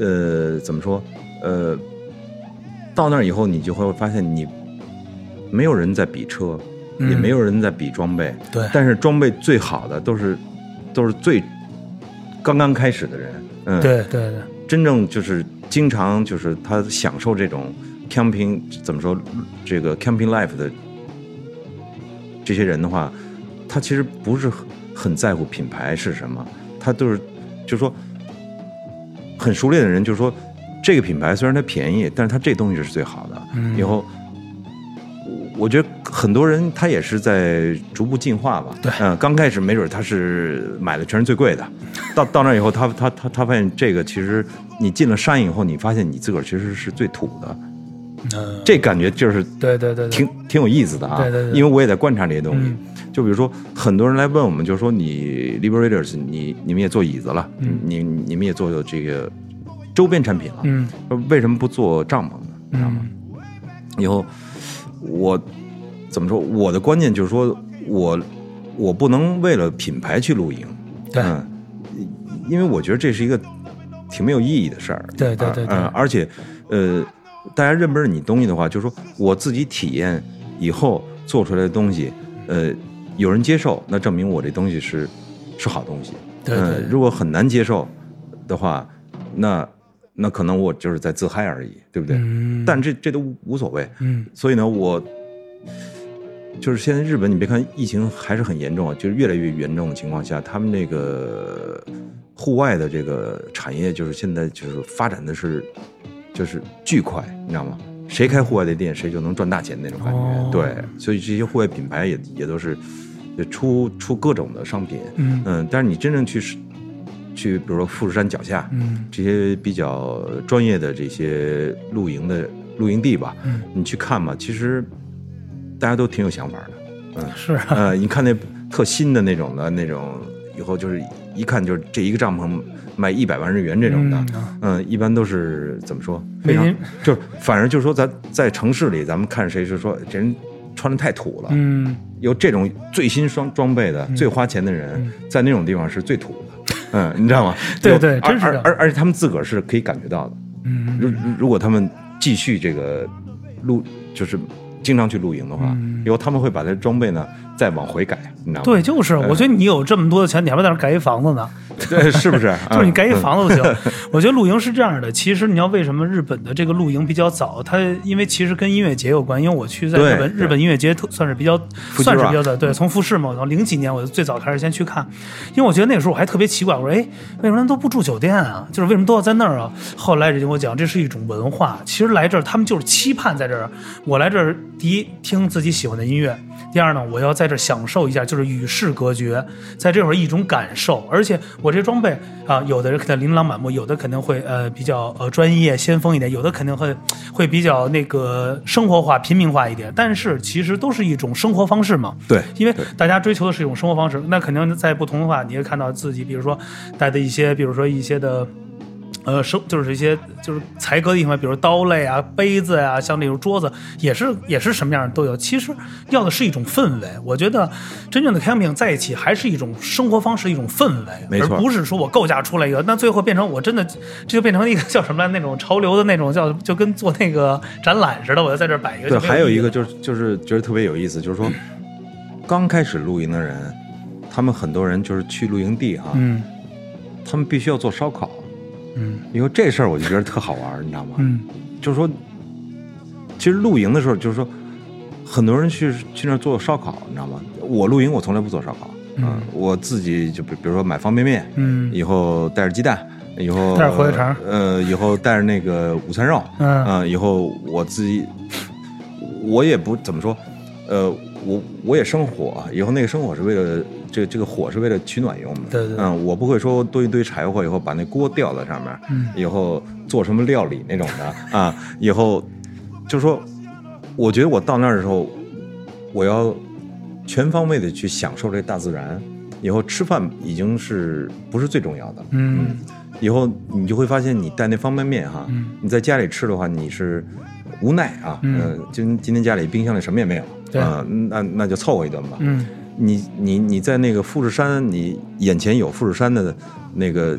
呃，怎么说，呃，到那儿以后，你就会发现你没有人在比车，也没有人在比装备，嗯对但是装备最好的都是都是最刚刚开始的人，嗯，对对对，真正就是经常就是他享受这种 camping 怎么说这个 camping life 的这些人的话，他其实不是很很在乎品牌是什么，他都是就是说很熟练的人，就是说这个品牌虽然它便宜，但是它这东西是最好的。以后我我觉得很多人他也是在逐步进化吧。对嗯，刚开始没准他是买的全是最贵的，到到那以后他，他他他发现这个其实你进了山以后，你发现你自个儿其实是最土的，嗯，这感觉就是对对对，对挺挺有意思的啊。对对对对因为我也在观察这些东西。嗯就比如说，很多人来问我们，就说你 Liberators，你你们也做椅子了，嗯你你们也做这个周边产品了，嗯说为什么不做帐篷呢？你知道吗？嗯以后我怎么说？我的观念就是说我我不能为了品牌去露营，对嗯，因为我觉得这是一个挺没有意义的事儿，对对对对嗯，而且呃，大家认不认你东西的话，就是说我自己体验以后做出来的东西，呃，有人接受，那证明我这东西是是好东西，对对呃对如果很难接受的话，那那可能我就是在自嗨而已，对不对？嗯，但这这都无无所谓。嗯所以呢，我就是现在日本，你别看疫情还是很严重啊，就是越来越严重的情况下，他们这个户外的这个产业，就是现在就是发展的是就是巨快，你知道吗？谁开户外的店，谁就能赚大钱那种感觉。哦对，所以这些户外品牌也也都是也出出各种的商品，嗯嗯，但是你真正去是去，比如说富士山脚下嗯这些比较专业的这些露营的露营地吧，嗯，你去看吧，其实大家都挺有想法的。是啊，呃，你看那特新的那种的那种，以后就是一看就是这一个帐篷卖一百万日元这种的，嗯啊嗯，一般都是怎么说？没非常人就是反正就是说咱在城市里，咱们看谁是说这人穿的太土了，嗯？有这种最新装装备的、最花钱的人，在那种地方是最土的， 嗯，你知道吗嗯 对有对而真是这而样而而且他们自个儿是可以感觉到的。嗯如如如果他们继续这个露，就是经常去露营的话，嗯以后他们会把这装备呢再往回改，你知道吗？对，就是嗯我觉得你有这么多的钱，你还不在那儿盖一房子呢？对， 是不是？ 嗯就是你改盖一房子就行。我觉得露营是这样的，其实你要为什么日本的这个露营比较早？它因为其实跟音乐节有关，因为我去在对日本，对日本音乐节特算是比较 Fuji 算是比 Rock 较早，对，从富士嘛，然后零几年我就最早开始先去看，因为我觉得那个时候我还特别奇怪，我说哎，为什么人都不住酒店啊？就是为什么都要在那儿啊？后来人家跟我讲，这是一种文化，其实来这儿他们就是期盼在这儿，啊我来这儿第一听自己喜欢的音乐。第二呢，我要在这儿享受一下，就是与世隔绝，在这会儿一种感受。而且我这装备啊、有的人可能琳琅满目，有的肯定会呃比较呃专业先锋一点，有的肯定会会比较那个生活化、平民化一点。但是其实都是一种生活方式嘛。对因为对大家追求的是一种生活方式，那肯定在不同的话，你会看到自己，比如说带的一些，比如说一些的。呃，生就是一些就是裁割的地方，比如刀类啊、杯子啊，像那种桌子，也是也是什么样的都有。其实要的是一种氛围，我觉得真正的 camping 在一起还是一种生活方式，一种氛围，没错而不是说我构架出来一个，那最后变成我真的这就变成一个叫什么来那种潮流的那种叫，就跟做那个展览似的，我就在哎这儿摆一个。对，就没还有意一义个了就是就是觉得特别有意思，就是说刚开始露营的人，他们很多人就是去露营地哈、嗯他们必须要做烧烤。嗯以后这事儿我就觉得特好玩儿，你知道吗？嗯就是说，其实露营的时候，就是说，很多人去去那儿做烧烤，你知道吗？我露营我从来不做烧烤，嗯我自己就比比如说买方便面，嗯以后带着鸡蛋，以后带着火腿肠呃，以后带着那个午餐肉，嗯呃以后我自己，我也不怎么说，呃，我我也生火，以后那个生火是为了这这个火是为了取暖用的，对对对嗯，我不会说堆一堆柴火以后把那锅吊在上面，嗯以后做什么料理那种的 啊，以后就说，我觉得我到那儿的时候，我要全方位的去享受这大自然。以后吃饭已经是不是最重要的？嗯以后你就会发现，你带那方便面哈，嗯你在家里吃的话，你是无奈啊，嗯呃，今今天家里冰箱里什么也没有，对啊、那那就凑合一顿吧。嗯你你你在那个富士山，你眼前有富士山的那个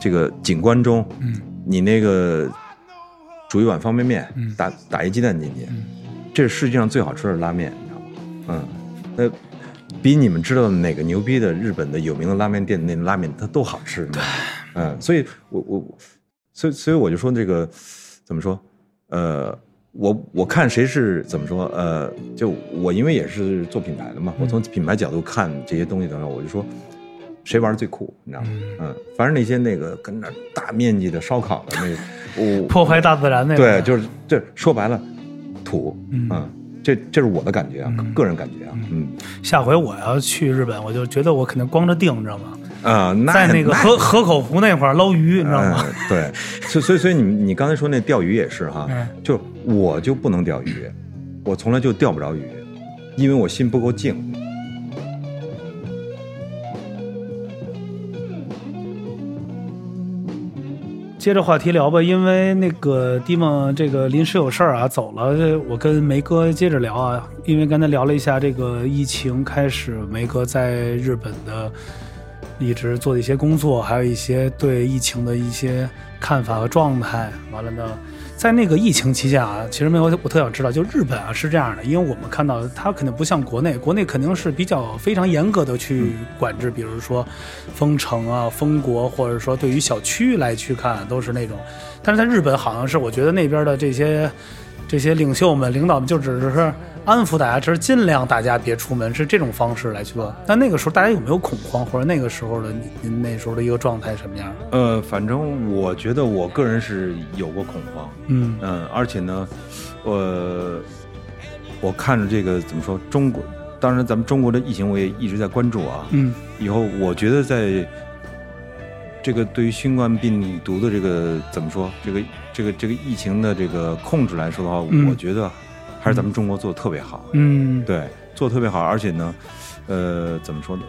这个景观中，嗯你那个煮一碗方便面，嗯打打一鸡蛋进去，嗯这是世界上最好吃的拉面，你知道吗？嗯，那比你们知道的哪个牛逼的日本的有名的拉面店的那拉面，它都好吃，你知道吗？嗯，所以我我所以所以我就说这个怎么说？呃，我我看谁是怎么说？呃，就我因为也是做品牌的嘛，嗯我从品牌角度看这些东西的时候，我就说谁玩的最酷，你知道吗？嗯，反正那些那个跟那大面积的烧烤的那， 我破坏大自然那种对，就是这说白了，土，嗯这这是我的感觉啊，嗯个人感觉啊，嗯下回我要去日本，我就觉得我肯定光着腚，你知道吗？啊、那在那个那河河口湖那块儿捞鱼，你知道嗯、吗？对，所以所以所以你你刚才说那钓鱼也是哈，嗯就我就不能钓鱼，我从来就钓不着鱼，因为我心不够静。接着话题聊吧，因为那个迪梦这个临时有事儿啊，走了。这我跟梅哥接着聊啊，因为刚才聊了一下这个疫情开始，梅哥在日本的一直做的一些工作，还有一些对疫情的一些看法和状态。完了呢，在那个疫情期间啊，其实没有我特想知道，就日本啊是这样的，因为我们看到它肯定不像国内，国内肯定是比较非常严格的去管制，比如说封城啊、封国，或者说对于小区来去看都是那种，但是在日本好像是我觉得那边的这些这些领袖们、领导们就只是安抚大家，就是尽量大家别出门，是这种方式来去做。那那个时候大家有没有恐慌，或者那个时候的你您那时候的一个状态什么样？呃，反正我觉得我个人是有过恐慌，嗯嗯，而且呢，呃，我看着这个怎么说，中国，当然咱们中国的疫情我也一直在关注啊。嗯以后我觉得在这个对于新冠病毒的这个怎么说，这个这个这个疫情的这个控制来说的话，嗯我觉得还是咱们中国做的特别好。嗯，对，做的特别好，而且呢，呃，怎么说呢？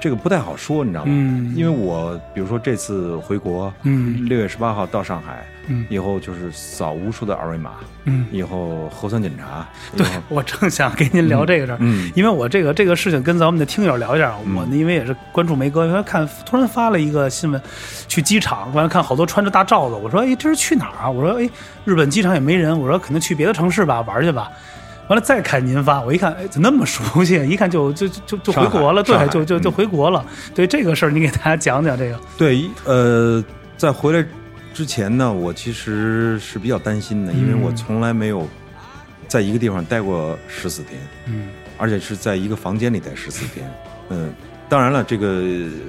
这个不太好说，你知道吗？嗯因为我比如说这次回国，嗯六月十八号到上海，嗯以后就是扫无数的二维码，嗯，以后核酸检查，对以后，我正想跟您聊这个事儿。嗯因为我这个这个事情跟咱们的听友聊一下，啊嗯我呢因为也是关注梅哥，因为看突然发了一个新闻，去机场，完了看好多穿着大罩子，我说哎这是去哪儿啊？我说哎日本机场也没人，我说肯定去别的城市吧，玩去吧。完了再看您发，我一看，哎，怎么那么熟悉？一看就就就就就回国了，上海对，就就就嗯回国了。对这个事儿，你给大家讲讲这个。对，一呃，在回来之前呢，我其实是比较担心的，因为嗯我从来没有在一个地方待过十四天，嗯而且是在一个房间里待十四天。嗯，当然了，这个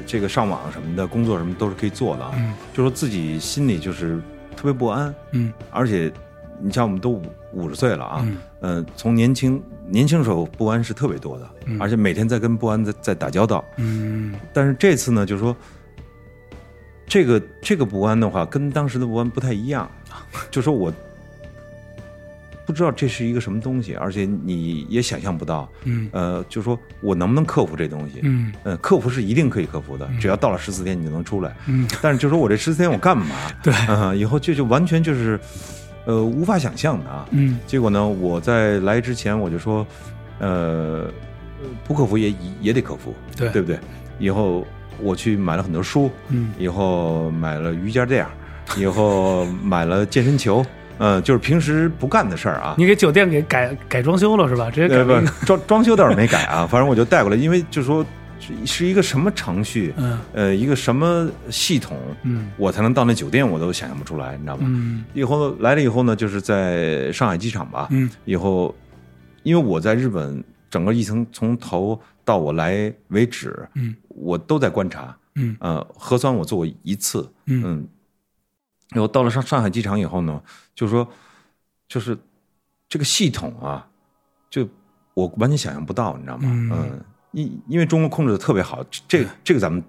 这个上网什么的，工作什么都是可以做的啊。嗯就说自己心里就是特别不安，嗯而且你像我们都五五十岁了啊，嗯嗯、从年轻年轻时候不安是特别多的，嗯而且每天在跟不安在在打交道。嗯但是这次呢，就是说，这个这个不安的话，跟当时的不安不太一 样，就说我不知道这是一个什么东西，而且你也想象不到，嗯呃，就说我能不能克服这东西？嗯嗯，克服是一定可以克服的，只要到了十四天你就能出来。嗯，但是就说我这十四天我干嘛？对，啊、以后这就完全就是，呃，无法想象的啊。嗯结果呢，我在来之前我就说，呃，不克服也也得克服，对对不对？以后我去买了很多书，嗯以后买了瑜 伽垫儿，以后买了健身球，嗯、就是平时不干的事儿啊。你给酒店给改改装修了是吧？直接改呃了一不个， 装装修倒是没改啊，反正我就带过来，因为就说是是一个什么程序，嗯呃，一个什么系统，嗯我才能到那酒店，我都想象不出来，你知道吗？嗯以后来了以后呢，就是在上海机场吧，嗯以后因为我在日本整个疫情从头到我来为止，嗯，我都在观察，嗯呃，核酸我做过一次，嗯嗯，然后到了上上海机场以后呢，就是说，就是这个系统啊，就我完全想象不到，你知道吗？呃嗯因因为中国控制的特别好，这这这个咱们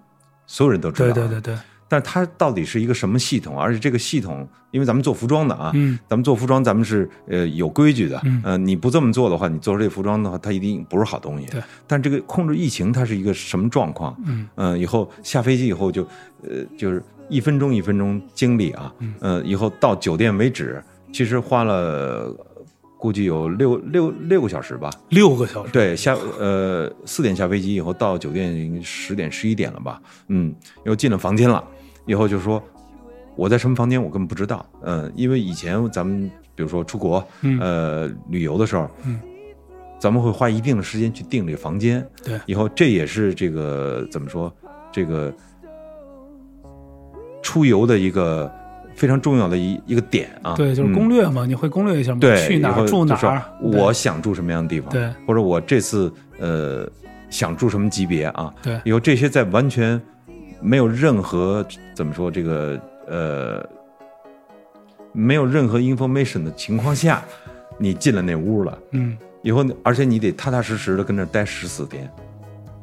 所有人都知道，对对对。对，但是它到底是一个什么系统？而且这个系统，因为咱们做服装的啊，嗯咱们做服装，咱们是呃有规矩的，嗯呃，你不这么做的话，你做出这服装的话，它一定不是好东西。对，但这个控制疫情，它是一个什么状况？嗯嗯，以后下飞机以后就，呃，就是一分钟一分钟经历啊，嗯呃，以后到酒店为止，其实花了呃估计有六六六个小时吧。六个小时，对，下呃四点下飞机以后到酒店已经十点十一点了吧，嗯，又进了房间了，以后就说我在什么房间我根本不知道，嗯、因为以前咱们比如说出国，嗯呃，旅游的时候，嗯咱们会花一定的时间去订这个房间，对以后这也是这个怎么说，这个出游的一个非常重要的一一个点啊，对，就是嗯攻略嘛，你会攻略一下吗？对，去哪以后儿住哪就说儿？我想住什么样的地方，对，或者我这次呃想住什么级别啊，对以后这些在完全没有任何怎么说这个呃没有任何 information 的情况下，你进了那屋了。嗯，以后，而且你得踏踏实实的跟那儿待十四天，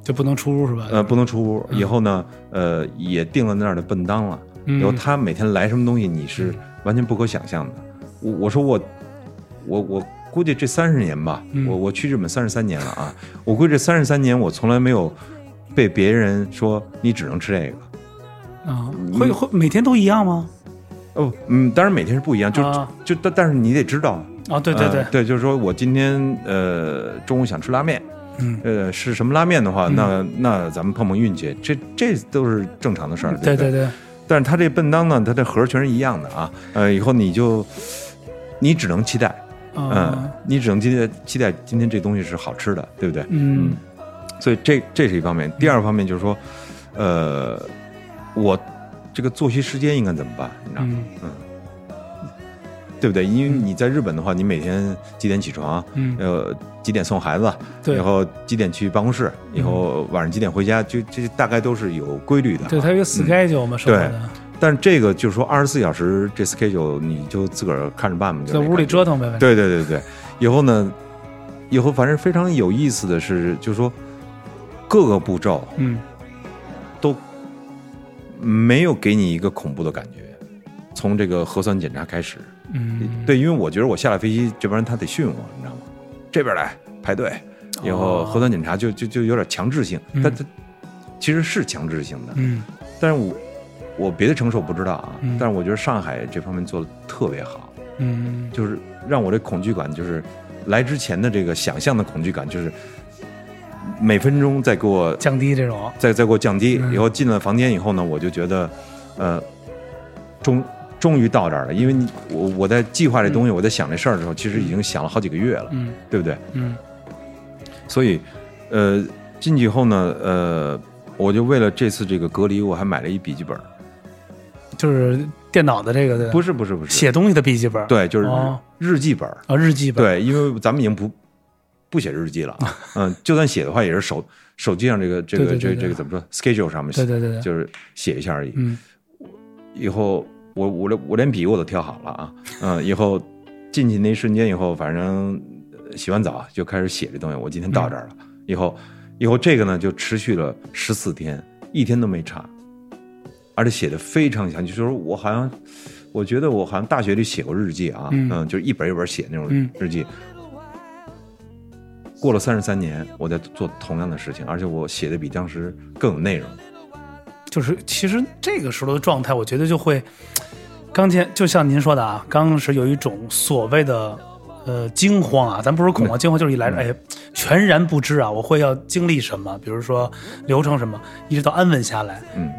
就不能出屋是吧？呃，不能出屋。以后呢，呃，也订了那儿的笨当了。嗯，然后他每天来什么东西，你是完全不可想象的。我我说我我我估计这三十年吧，嗯我我去日本三十三年了啊，我估计这三十三年我从来没有被别人说你只能吃这个。啊，会会每天都一样吗？哦，嗯，当然每天是不一样，就、啊就但但是你得知道，啊，对对呃对，对，就是说我今天呃中午想吃拉面，嗯，呃是什么拉面的话，那那咱们碰碰运气，这这都是正常的事儿，对不对对对，但是它这笨当呢，它这盒全是一样的啊。呃，以后你就你只能期待，嗯、啊你只能期待期待今天这东西是好吃的，对不对？嗯所以这这是一方面。第二方面就是说，呃，我这个作息时间应该怎么办？你知道吗？嗯，对不对？因为你在日本的话，你每天几点起床？嗯呃，几点送孩子？对嗯然后几点去办公室？以后晚上几点回家？就这大概都是有规律的。对，它有一个 schedule 嘛，生活的，但是这个就是说二十四小时这 schedule 你就自个儿看着办吧，就在那屋里感觉折腾呗，反正对对对对，以后呢，以后反正非常有意思的是，就是说各个步骤嗯，都没有给你一个恐怖的感觉，从这个核酸检查开始，嗯，对，因为我觉得我下了飞机，这帮人他得训我，你知道吗？这边来排队，以后哦核酸检查就就就有点强制性，嗯但他其实是强制性的，嗯但是我我别的城市我不知道啊，嗯但是我觉得上海这方面做的特别好，嗯就是让我这恐惧感就是来之前的这个想象的恐惧感就是每分钟再给我降低这种，再再给我降低，嗯以后进了房间以后呢，我就觉得呃终。终于到这儿了，因为你我我在计划这东西，我在想这事儿的时候，其实已经想了好几个月了，嗯对不对？嗯所以，呃，进去以后呢，呃，我就为了这次这个隔离，我还买了一笔记本儿，就是电脑的这个对不是不是不是，写东西的笔记本，对，就是日哦日记本儿。啊，日记本，对，因为咱们已经不不写日 记了啊，嗯，就算写的话，也是手手机上这个这个对对这对个对这个怎么说 schedule 上面对写，对对对，就是写一下而已。嗯以后我我连我连笔我都挑好了啊， 嗯，以后进去那一瞬间以后，反正呃洗完澡就开始写这东西，我今天到这儿了。嗯以后以后这个呢就持续了十四天，一天都没差，而且写的非常详细，就是我好像。我觉得我好像大学里写过日记啊，嗯嗯，就是一本一本写那种嗯日记。过了三十三年，我在做同样的事情，而且我写的比当时更有内容。就是其实这个时候的状态，我觉得就会，刚才就像您说的啊，刚开始有一种所谓的呃惊慌啊，咱不是恐慌，惊慌就是一嗯来哎，全然不知啊，我会要经历什么，比如说流程什么，一直到安稳下来，嗯，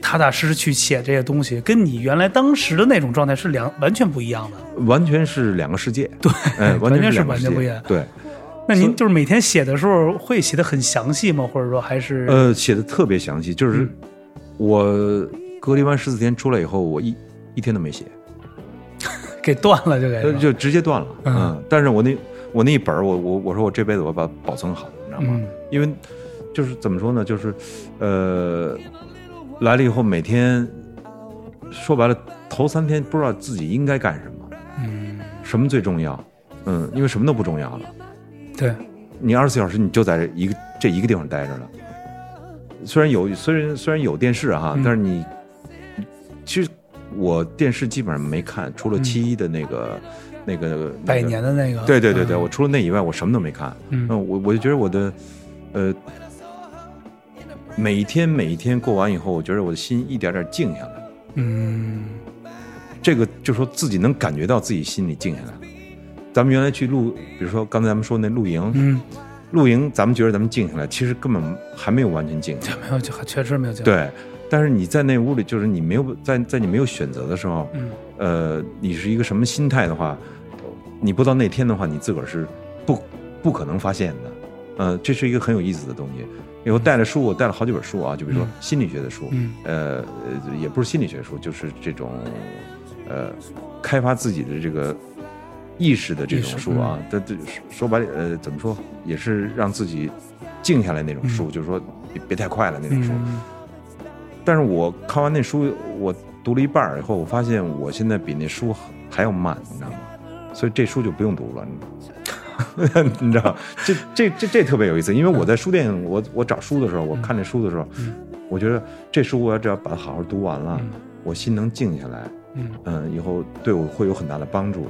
踏踏实实去写这些东西，跟你原来当时的那种状态是两完全不一样的。完全是两个世界，对， 哎，完完全全是两个完世全界，不一样对，那您就是每天写的时候会写的很详细吗？或者说还是呃，写的特别详细，就是嗯我隔离完十四天出来以后，我一一天都没写，给断了就给呃，就直接断了，哎嗯嗯，但是我那我那一本儿，我我我说我这辈子我把它保存好，你知道吗？嗯因为就是怎么说呢，就是呃，来了以后每天说白了，头三天不知道自己应该干什么，嗯什么最重要，嗯，因为什么都不重要了。对你二十四小时你就在这一个这一个地方待着了。虽然有虽然虽然有电视哈、嗯但是你其实我电视基本上没看，除了七一的那个、那个那个嗯百年的那个对对对对，嗯我除了那以外我什么都没看。嗯嗯，我我就觉得我的呃每一天每一天过完以后，我觉得我的心一点点静下来了。嗯这个就说自己能感觉到自己心里静下来了。咱们原来去露，比如说刚才咱们说那露营，嗯，露营，咱们觉得咱们静下来，其实根本还没有完全静下来。没有，就确实没有见过。对，但是你在那屋里，就是你没有在在你没有选择的时候，嗯呃，你是一个什么心态的话，你不到那天的话，你自个儿是不不可能发现的。呃，这是一个很有意思的东西。以后带了书，我带了好几本书啊，就比如说嗯心理学的书，嗯呃，呃也不是心理学书，就是这种呃开发自己的这个意识的这意种识嗯书啊。这这说白了，呃，怎么说，也是让自己静下来那种书，就是说别别太快了那种书。嗯但是我看完那书，我读了一半儿以后，我发现我现在比那书还要慢，你知道吗？所以这书就不用读了，你知道吗 你知道吗，这这这这特别有意思，因为我在书店，我我找书的时候，我看这书的时候，嗯我觉得这书我要只要把它好好读完了，嗯我心能静下来，嗯嗯，以后对我会有很大的帮助。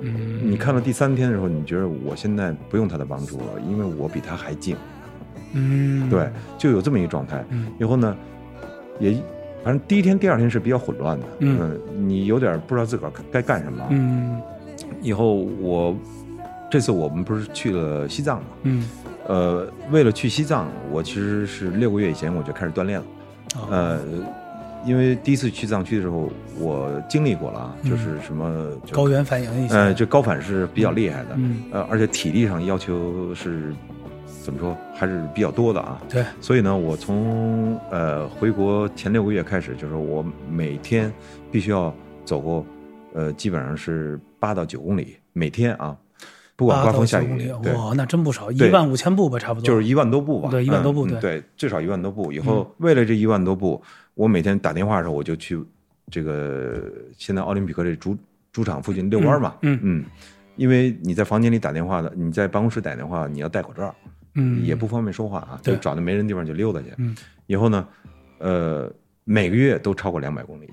嗯，你看到第三天的时候，你觉得我现在不用他的帮助了，因为我比他还静，嗯，对，就有这么一个状态。嗯以后呢，也反正第一天、第二天是比较混乱的，呃嗯你有点不知道自个儿该干什么。嗯以后我这次我们不是去了西藏嘛，嗯呃，为了去西藏，我其实是六个月以前我就开始锻炼了，哦呃。因为第一次去藏区的时候，我经历过了啊，嗯就是什么就是高原反应一些，呃，这高反是比较厉害的，嗯呃，而且体力上要求是怎么说，还是比较多的啊。对，所以呢，我从呃回国前六个月开始，就是我每天必须要走过呃，基本上是八到九公里每天啊，不管刮八到风下九公雨里，对，哇，那真不少，一对万五千步吧，差不多。就是一万多步吧，对一万多步嗯嗯对嗯对，最少一万多步。以后为了这一万多步，我每天打电话的时候，我就去这个现在奥林匹克这主主场附近遛弯嘛，嗯嗯，因为你在房间里打电话的，你在办公室打电话，你要戴口罩，嗯，也不方便说话啊，对就找那没人地方就溜达去。嗯，以后呢，呃，每个月都超过两百公里，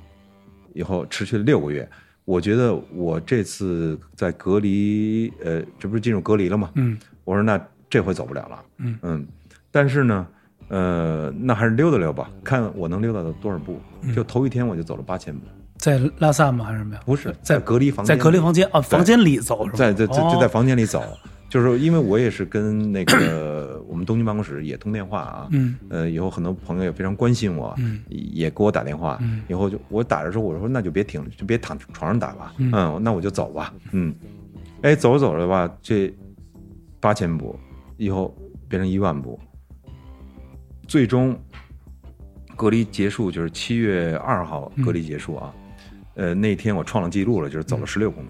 以后持续了六个月。我觉得我这次在隔离，呃，这不是进入隔离了吗？嗯我说那这回走不了了，嗯但是呢，呃，那还是溜达溜吧，看我能溜达到多少步。嗯就头一天我就走了八千步，在拉萨吗？还是没有？不是在在隔离房间在里，隔离房间啊，房间里走是吧？在在在就在哦房间里走，就是说因为我也是跟那个 我们东京办公室也通电话啊，嗯呃，以后很多朋友也非常关心我，嗯也给我打电话。嗯以后就我打的时候，我说那就别停，就别躺床上打吧，嗯嗯那我就走吧，嗯，哎，走着走着吧，这八千步以后变成一万步，最终隔离结束就是七月二号嗯隔离结束啊，呃，那天我创了记录了，就是走了十六公里，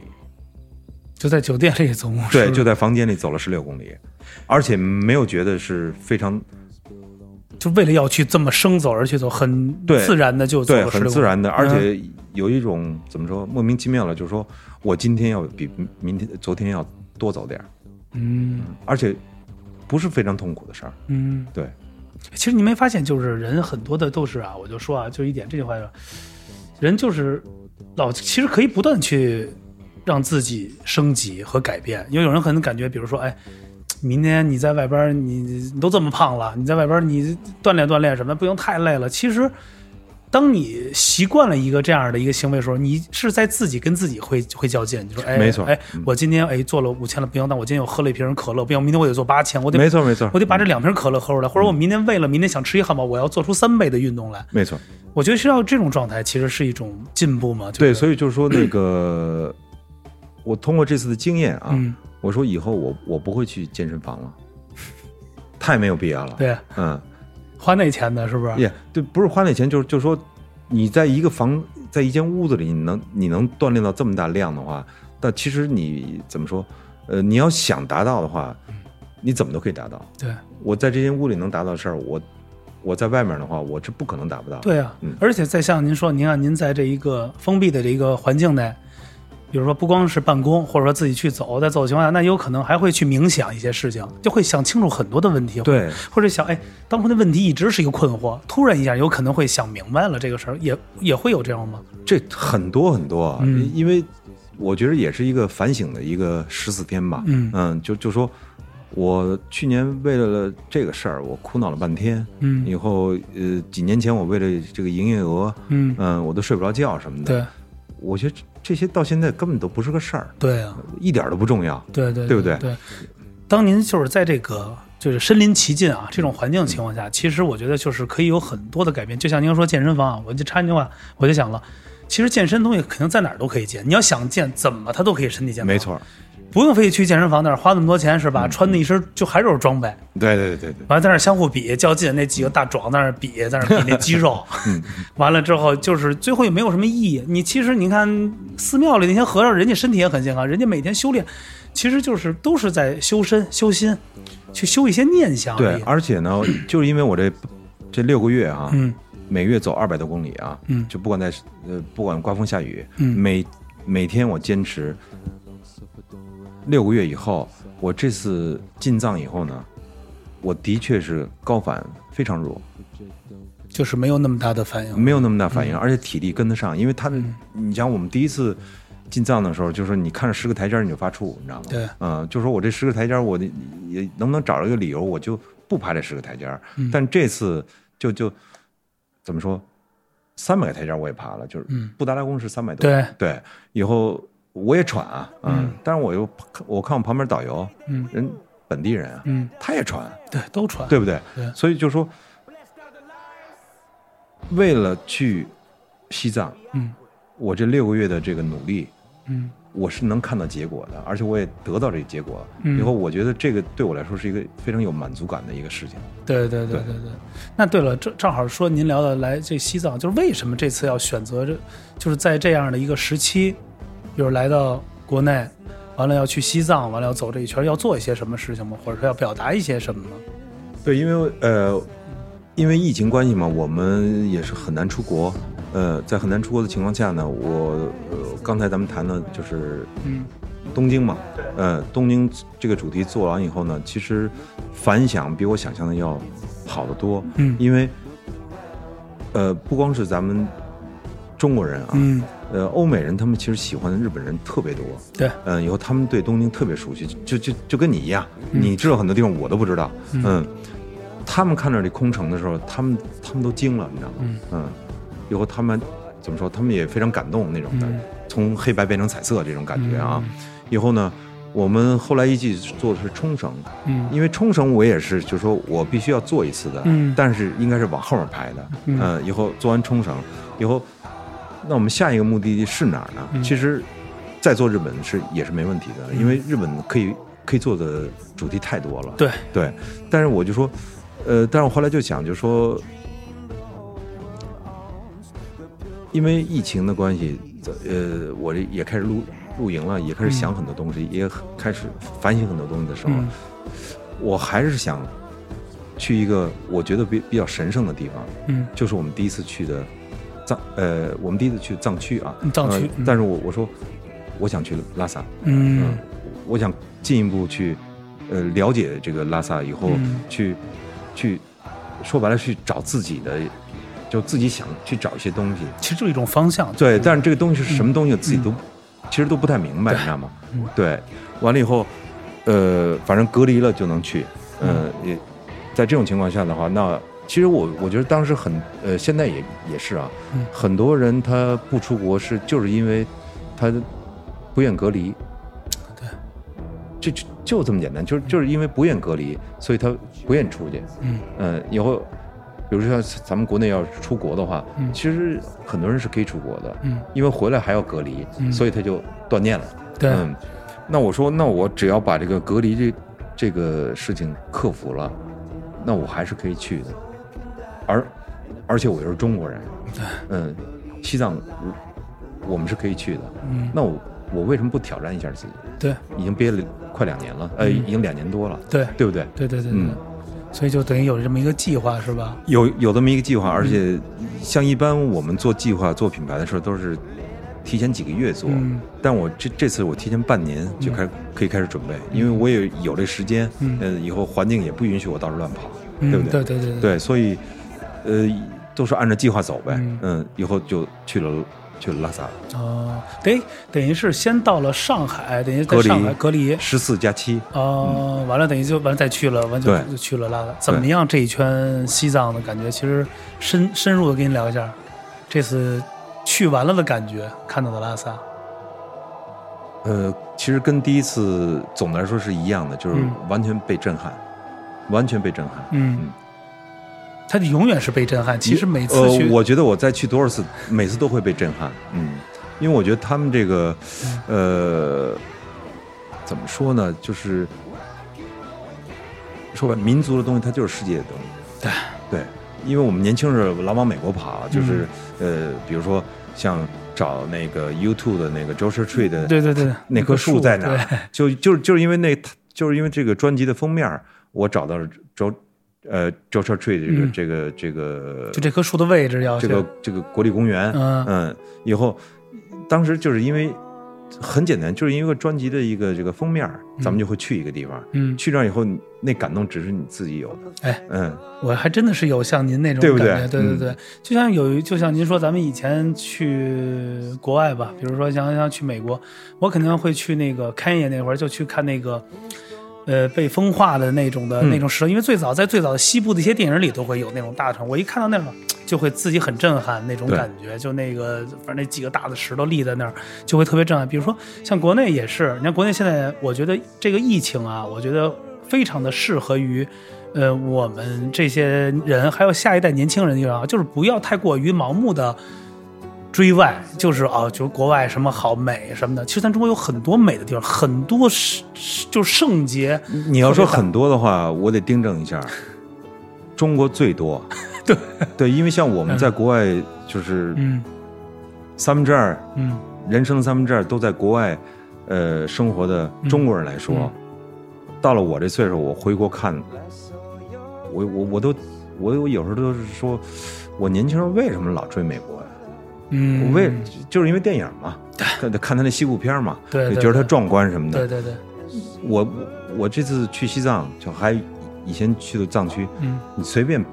就在酒店里，总共嗯对，是就在房间里走了十六公里，而且没有觉得是非常就为了要去这么生走而去走，很对自然的就走对，了十很六自公里。然的，而且有一种怎么说莫名其妙的，就是说我今天要比明天、昨天要多走点儿，嗯而且不是非常痛苦的事儿。嗯，对，其实你没发现，就是人很多的都是啊，我就说啊，就一点这句话就是，人就是老其实可以不断去让自己升级和改变，因为有人可能感觉，比如说，哎，明天你在外边儿你你都这么胖了，你在外边儿你锻炼锻炼什么，不用太累了。其实。当你习惯了一个这样的一个行为的时候，你是在自己跟自己会会较劲。你说，哎，没错哎，我今天哎做了五千了，不行，那我今天又喝了一瓶可乐，不行，明天我得做八千，我得没错，没错，嗯我得把这两瓶可乐喝出来，或者我明天为了明天想吃一汉堡，我要做出三倍的运动来。没错。我觉得是要这种状态，其实是一种进步嘛。就对，是所以就是说那个，我通过这次的经验啊，嗯，我说以后我我不会去健身房了，太没有必要了。，对，嗯，花那钱的是不是？也、对，不是花那钱，就是就是说你在一个房，在一间屋子里，你能你能锻炼到这么大量的话，但其实你怎么说？呃，你要想达到的话，嗯你怎么都可以达到。对，我在这间屋里能达到的事儿，我我在外面的话，我是不可能达不到。，对啊嗯。而且再像您说，您啊看您在这一个封闭的这一个环境内，比如说不光是办公，或者说自己去走，在走的情况下，那有可能还会去冥想一些事情，就会想清楚很多的问题。。对，或者想，哎，当初的问题一直是一个困惑，突然一下有可能会想明白了这个事儿，也也会有这样吗？这很多很多啊，嗯因为我觉得也是一个反省的一个十四天吧。嗯就就说我去年为了这个事儿，我苦恼了半天。嗯以后呃，几年前我为了这个营业额，嗯，嗯，我都睡不着觉什么的。对我觉得这这些到现在根本都不是个事儿，对啊。一点儿都不重要。对对对不对对，当您就是在这个就是身临其境啊这种环境情况下，其实我觉得就是可以有很多的改变。就像您说健身房啊，我就插一句话，我就想了。其实健身东西肯定在哪儿都可以健，你要想健，怎么它都可以身体健康。没，错嗯儿，不用非得去健身房那儿花那么多钱是吧？穿的一身就还是有装备，对对对对完了在那儿相互比较劲，那几个大壮在那儿比，在那儿比那肌 肉，嗯 完了之后就是最后也没有什么意义。你其实你看寺庙里那些和尚，人家身体也很健康，人家每天修炼，其实就是都是在修身修心，去修一些念想而对已。。而且呢，就是因为我这这六个月啊，嗯每月走二百多公里啊，嗯就不管在呃不管刮风下雨，嗯每每天我坚持六个月以后，我这次进藏以后呢，我的确是高反非常弱，就是没有那么大的反应。没有那么大反应，嗯而且体力跟得上，因为他的，你想我们第一次进藏的时候，就是你看着十个台阶儿你就发怵，你知道吗？对嗯、就说我这十个台阶儿，我得也能不能找着一个理由，我就不爬这十个台阶儿。嗯但这次就就怎么说，三百个台阶儿我也爬了，就是布达拉宫是三百多，嗯对对，以后我也喘啊，嗯，但是我又我看我旁边导游，嗯，人本地人啊，嗯，他也喘，对，都穿。对不对？对所以就说，为了去西藏，嗯，我这六个月的这个努力，嗯，我是能看到结果的，而且我也得到这个结果。嗯以后我觉得这个对我来说是一个非常有满足感的一个事情。对对对对对。那对了，正正好说您聊到来这西藏，就是为什么这次要选择这，就是在这样的一个时期，比如来到国内，完了要去西藏，完了要走这一圈，要做一些什么事情吗？或者说要表达一些什么吗？对，因为呃，因为疫情关系嘛，我们也是很难出国。呃，在很难出国的情况下呢，我、呃、刚才咱们谈的就是嗯东京嘛，呃，东京这个主题做完以后呢，其实反响比我想象的要好得多，嗯因为呃，不光是咱们中国人啊，嗯，呃，欧美人他们其实喜欢日本人特别多，对，嗯、以后他们对东京特别熟悉，就就就跟你一样，你知道很多地方我都不知道，嗯嗯，他们看着这空城的时候，他们他们都惊了，你知道吗？嗯嗯，以后他们怎么说？他们也非常感动那种的，嗯从黑白变成彩色这种感觉啊。以后呢，我们后来一季做的是冲绳，嗯因为冲绳我也是，就是说我必须要做一次的，嗯但是应该是往后面排的，嗯呃以后做完冲绳以后，那我们下一个目的地是哪儿呢？嗯其实再做日本是也是没问题的，因为日本可以可以做的主题太多了，对对，但是我就说，呃，但是我后来就想，就说。因为疫情的关系，呃，我这也开始露露营了，也开始想很多东西，也开始反省很多东西的时候，嗯我还是想去一个我觉得比比较神圣的地方，嗯就是我们第一次去的藏，呃，我们第一次去藏区啊，嗯藏区呃嗯但是我我说我想去拉萨，嗯我想进一步去呃了解这个拉萨以后，嗯去去说白了去找自己的，就自己想去找一些东西，其实就是一种方向。对，但是这个东西是什么东西，自己都、其实都不太明白，嗯对你知道吗嗯？对，完了以后，呃，反正隔离了就能去，呃，嗯也在这种情况下的话，那其实我我觉得当时很呃，现在也也是啊，嗯很多人他不出国是就是因为他不愿隔离，对，就就就这么简单，就是就是因为不愿隔离，所以他不愿出去，嗯嗯，以后比如说像咱们国内要出国的话，嗯其实很多人是可以出国的，嗯因为回来还要隔离，嗯所以他就断念了。对嗯，那我说，那我只要把这个隔离这这个事情克服了，那我还是可以去的，而而且我又是中国人，嗯，西藏我们是可以去的，嗯那我我为什么不挑战一下自己？对已经憋了快两年了，呃，嗯已经两年多了，对对不对？对对对对嗯，所以就等于有这么一个计划是吧？有有这么一个计划，而且嗯像一般我们做计划、做品牌的时候都是提前几个月做，嗯但我这这次我提前半年就开始、可以开始准备，因为我也有这时间，嗯呃，以后环境也不允许我到处乱跑，嗯对不对对？对对对对，所以呃都是按照计划走呗，嗯嗯以后就去了去了拉萨，哦，等等于是先到了上海，等于在隔离上海隔离。十四加七，哦，完了，等于就完了再去了，完就对就去了拉萨。怎么样？这一圈西藏的感觉，其实深深入的跟你聊一下，这次去完了的感觉，看到的拉萨。呃，其实跟第一次总的来说是一样的，就是嗯完全被震撼，完全被震撼。嗯嗯，他就永远是被震撼。其实每次呃去，，我觉得我再去多少次，每次都会被震撼。嗯，因为我觉得他们这个，嗯呃，怎么说呢，就是说白了，民族的东西它就是世界的东西。对对，因为我们年轻人老往美国跑，就是、嗯呃，比如说像找那个 YouTube 的那个 Joshua Tree 的对对对，那棵树在哪对儿？就就是就是因为那，就是因为这个专辑的封面儿，我找到了周，呃，Joshua Tree 这个、嗯这个这个就这棵树的位置要这个这个国立公园，嗯以后当时就是因为很简单，就是因为专辑的一个这个封面儿，咱们就会去一个地方，嗯，去那儿以后，你那感动只是你自己有的，哎，嗯，我还真的是有像您那种对不感对觉，对对嗯就像有一，就像您说，咱们以前去国外吧，比如说像像去美国，我肯定会去那个开业那会儿就去看那个。呃，被风化的那种的嗯那种石头，因为最早在最早的西部的一些电影里都会有那种大城，我一看到那种就会自己很震撼那种对感觉，就那个反正那几个大的石头立在那儿，就会特别震撼。比如说像国内也是，你看国内现在，我觉得这个疫情啊，我觉得非常的适合于。呃，我们这些人还有下一代年轻人啊，就是不要太过于盲目的追外，就是啊，就是国外什么好美什么的。其实咱中国有很多美的地方，很多是是就是圣洁，你要说特别大很多的话，我得订正一下，中国最 多，对对，因为像我们在国外就是嗯三分之二嗯人生三分之二都在国外，呃，生活的嗯中国人来说，到了我这岁数，我回国看，我我我都我我有时候都是说，我年轻时候为什么老追美国呀、嗯，我为就是因为电影嘛，看看他那西部片嘛，对对就觉得他壮观什么的对。对对，我我我这次去西藏，就还以前去的藏区，嗯，你随便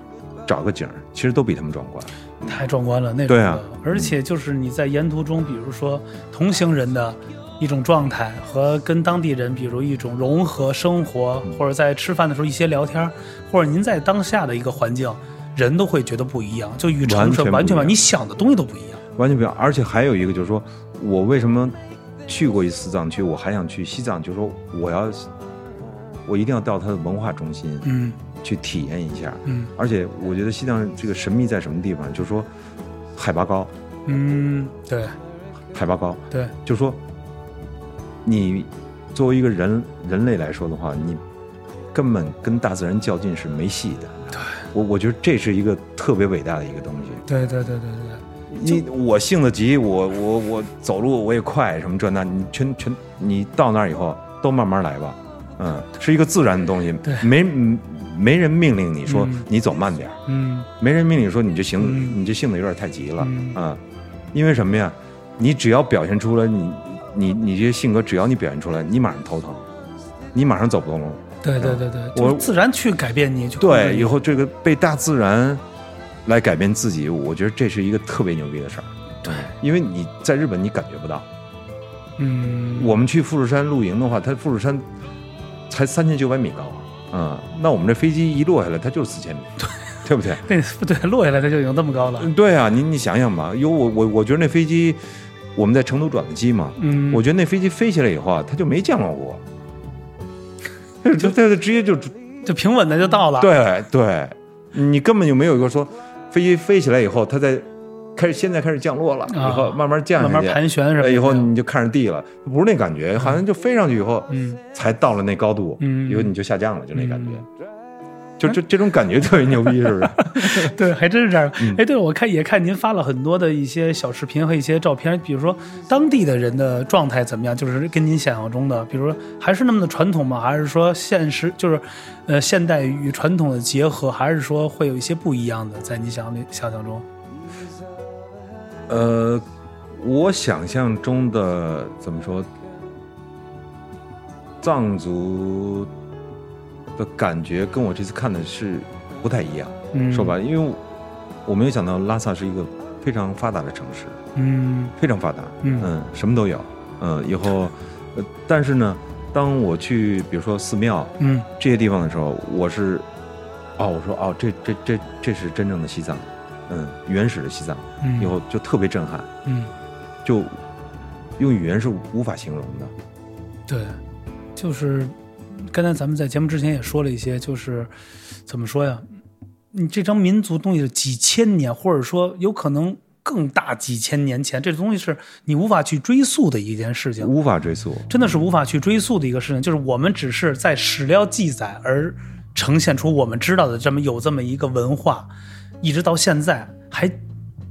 找个景儿，其实都比他们壮观。太壮观了那种。对啊，而且就是你在沿途中，比如说同行人的一种状态和跟当地人，比如一种融合生活，或者在吃饭的时候一些聊天，或者您在当下的一个环境，人都会觉得不一样，就与城市完全不一样完全完，你想的东西都不一样。完全不一样。而且还有一个就是说，我为什么去过一次藏区，我还想去西藏，就是说我要我一定要到它的文化中心嗯去体验一下。嗯而且我觉得西藏这个神秘在什么地方，就是说海拔高，嗯，对海拔高，对，就是说你作为一个人人类来说的话，你根本跟大自然较劲是没戏的。对，我我觉得这是一个特别伟大的一个东西。对对对对对，你我性子急，我我我走路我也快，什么这那，你全全你到那儿以后都慢慢来吧，嗯，是一个自然的东西，对没没人命令你说嗯你走慢点儿，嗯没人命令你说你这行、嗯你这性子有点太急了，嗯啊，因为什么呀？你只要表现出来你你你这性格，只要你表现出来，你马上头疼，你马上走不动路，对对对对，我就自然去改变你，去控制对，你以后这个被大自然来改变自己，我觉得这是一个特别牛逼的事儿。对，因为你在日本你感觉不到。嗯，我们去富士山露营的话，它富士山才三千九百米高啊，嗯，那我们这飞机一落下来，它就是四千米，对不对？那对落下来它就已经这么高了，对啊，你你想想吧，有我我我觉得那飞机，我们在成都转的机嘛，嗯，我觉得那飞机飞起来以后啊，它就没降落过， 它它它直接就就平稳的就到了，对对，你根本就没有一个说飞机飞起来以后，它在开始现在开始降落了，啊以后慢慢降下慢去，呃慢盘旋什么的，哎以后你就看着地了，不是那感觉，好像就飞上去以后，嗯，才到了那高度，嗯以后你就下降了，就那感觉嗯，就这这种感觉特别牛逼，是不是？对，还真是这样。嗯哎，对了，我看也看您发了很多的一些小视频和一些照片，比如说当地的人的状态怎么样，就是跟您想象中的，比如说还是那么的传统吗？还是说现实就是，呃，现代与传统的结合，还是说会有一些不一样的，在你想里想象中？ 呃，我想象中的怎么说，藏族的感觉跟我这次看的是不太一样，嗯，说白，了，因为我我没有想到拉萨是一个非常发达的城市，嗯非常发达，嗯什么都有，嗯，以后，呃，但是呢，当我去比如说寺庙嗯这些地方的时候，我是，哦，我说哦，这这这这是真正的西藏，嗯，原始的西藏，嗯，以后就特别震撼，嗯，就用语言是无法形容的，对，就是刚才咱们在节目之前也说了一些，就是怎么说呀？你这张民族东西是几千年，或者说有可能更大几千年前，这东西是你无法去追溯的一件事情，无法追溯。真的是无法去追溯的一个事情。就是我们只是在史料记载而呈现出我们知道的这么有这么一个文化，一直到现在还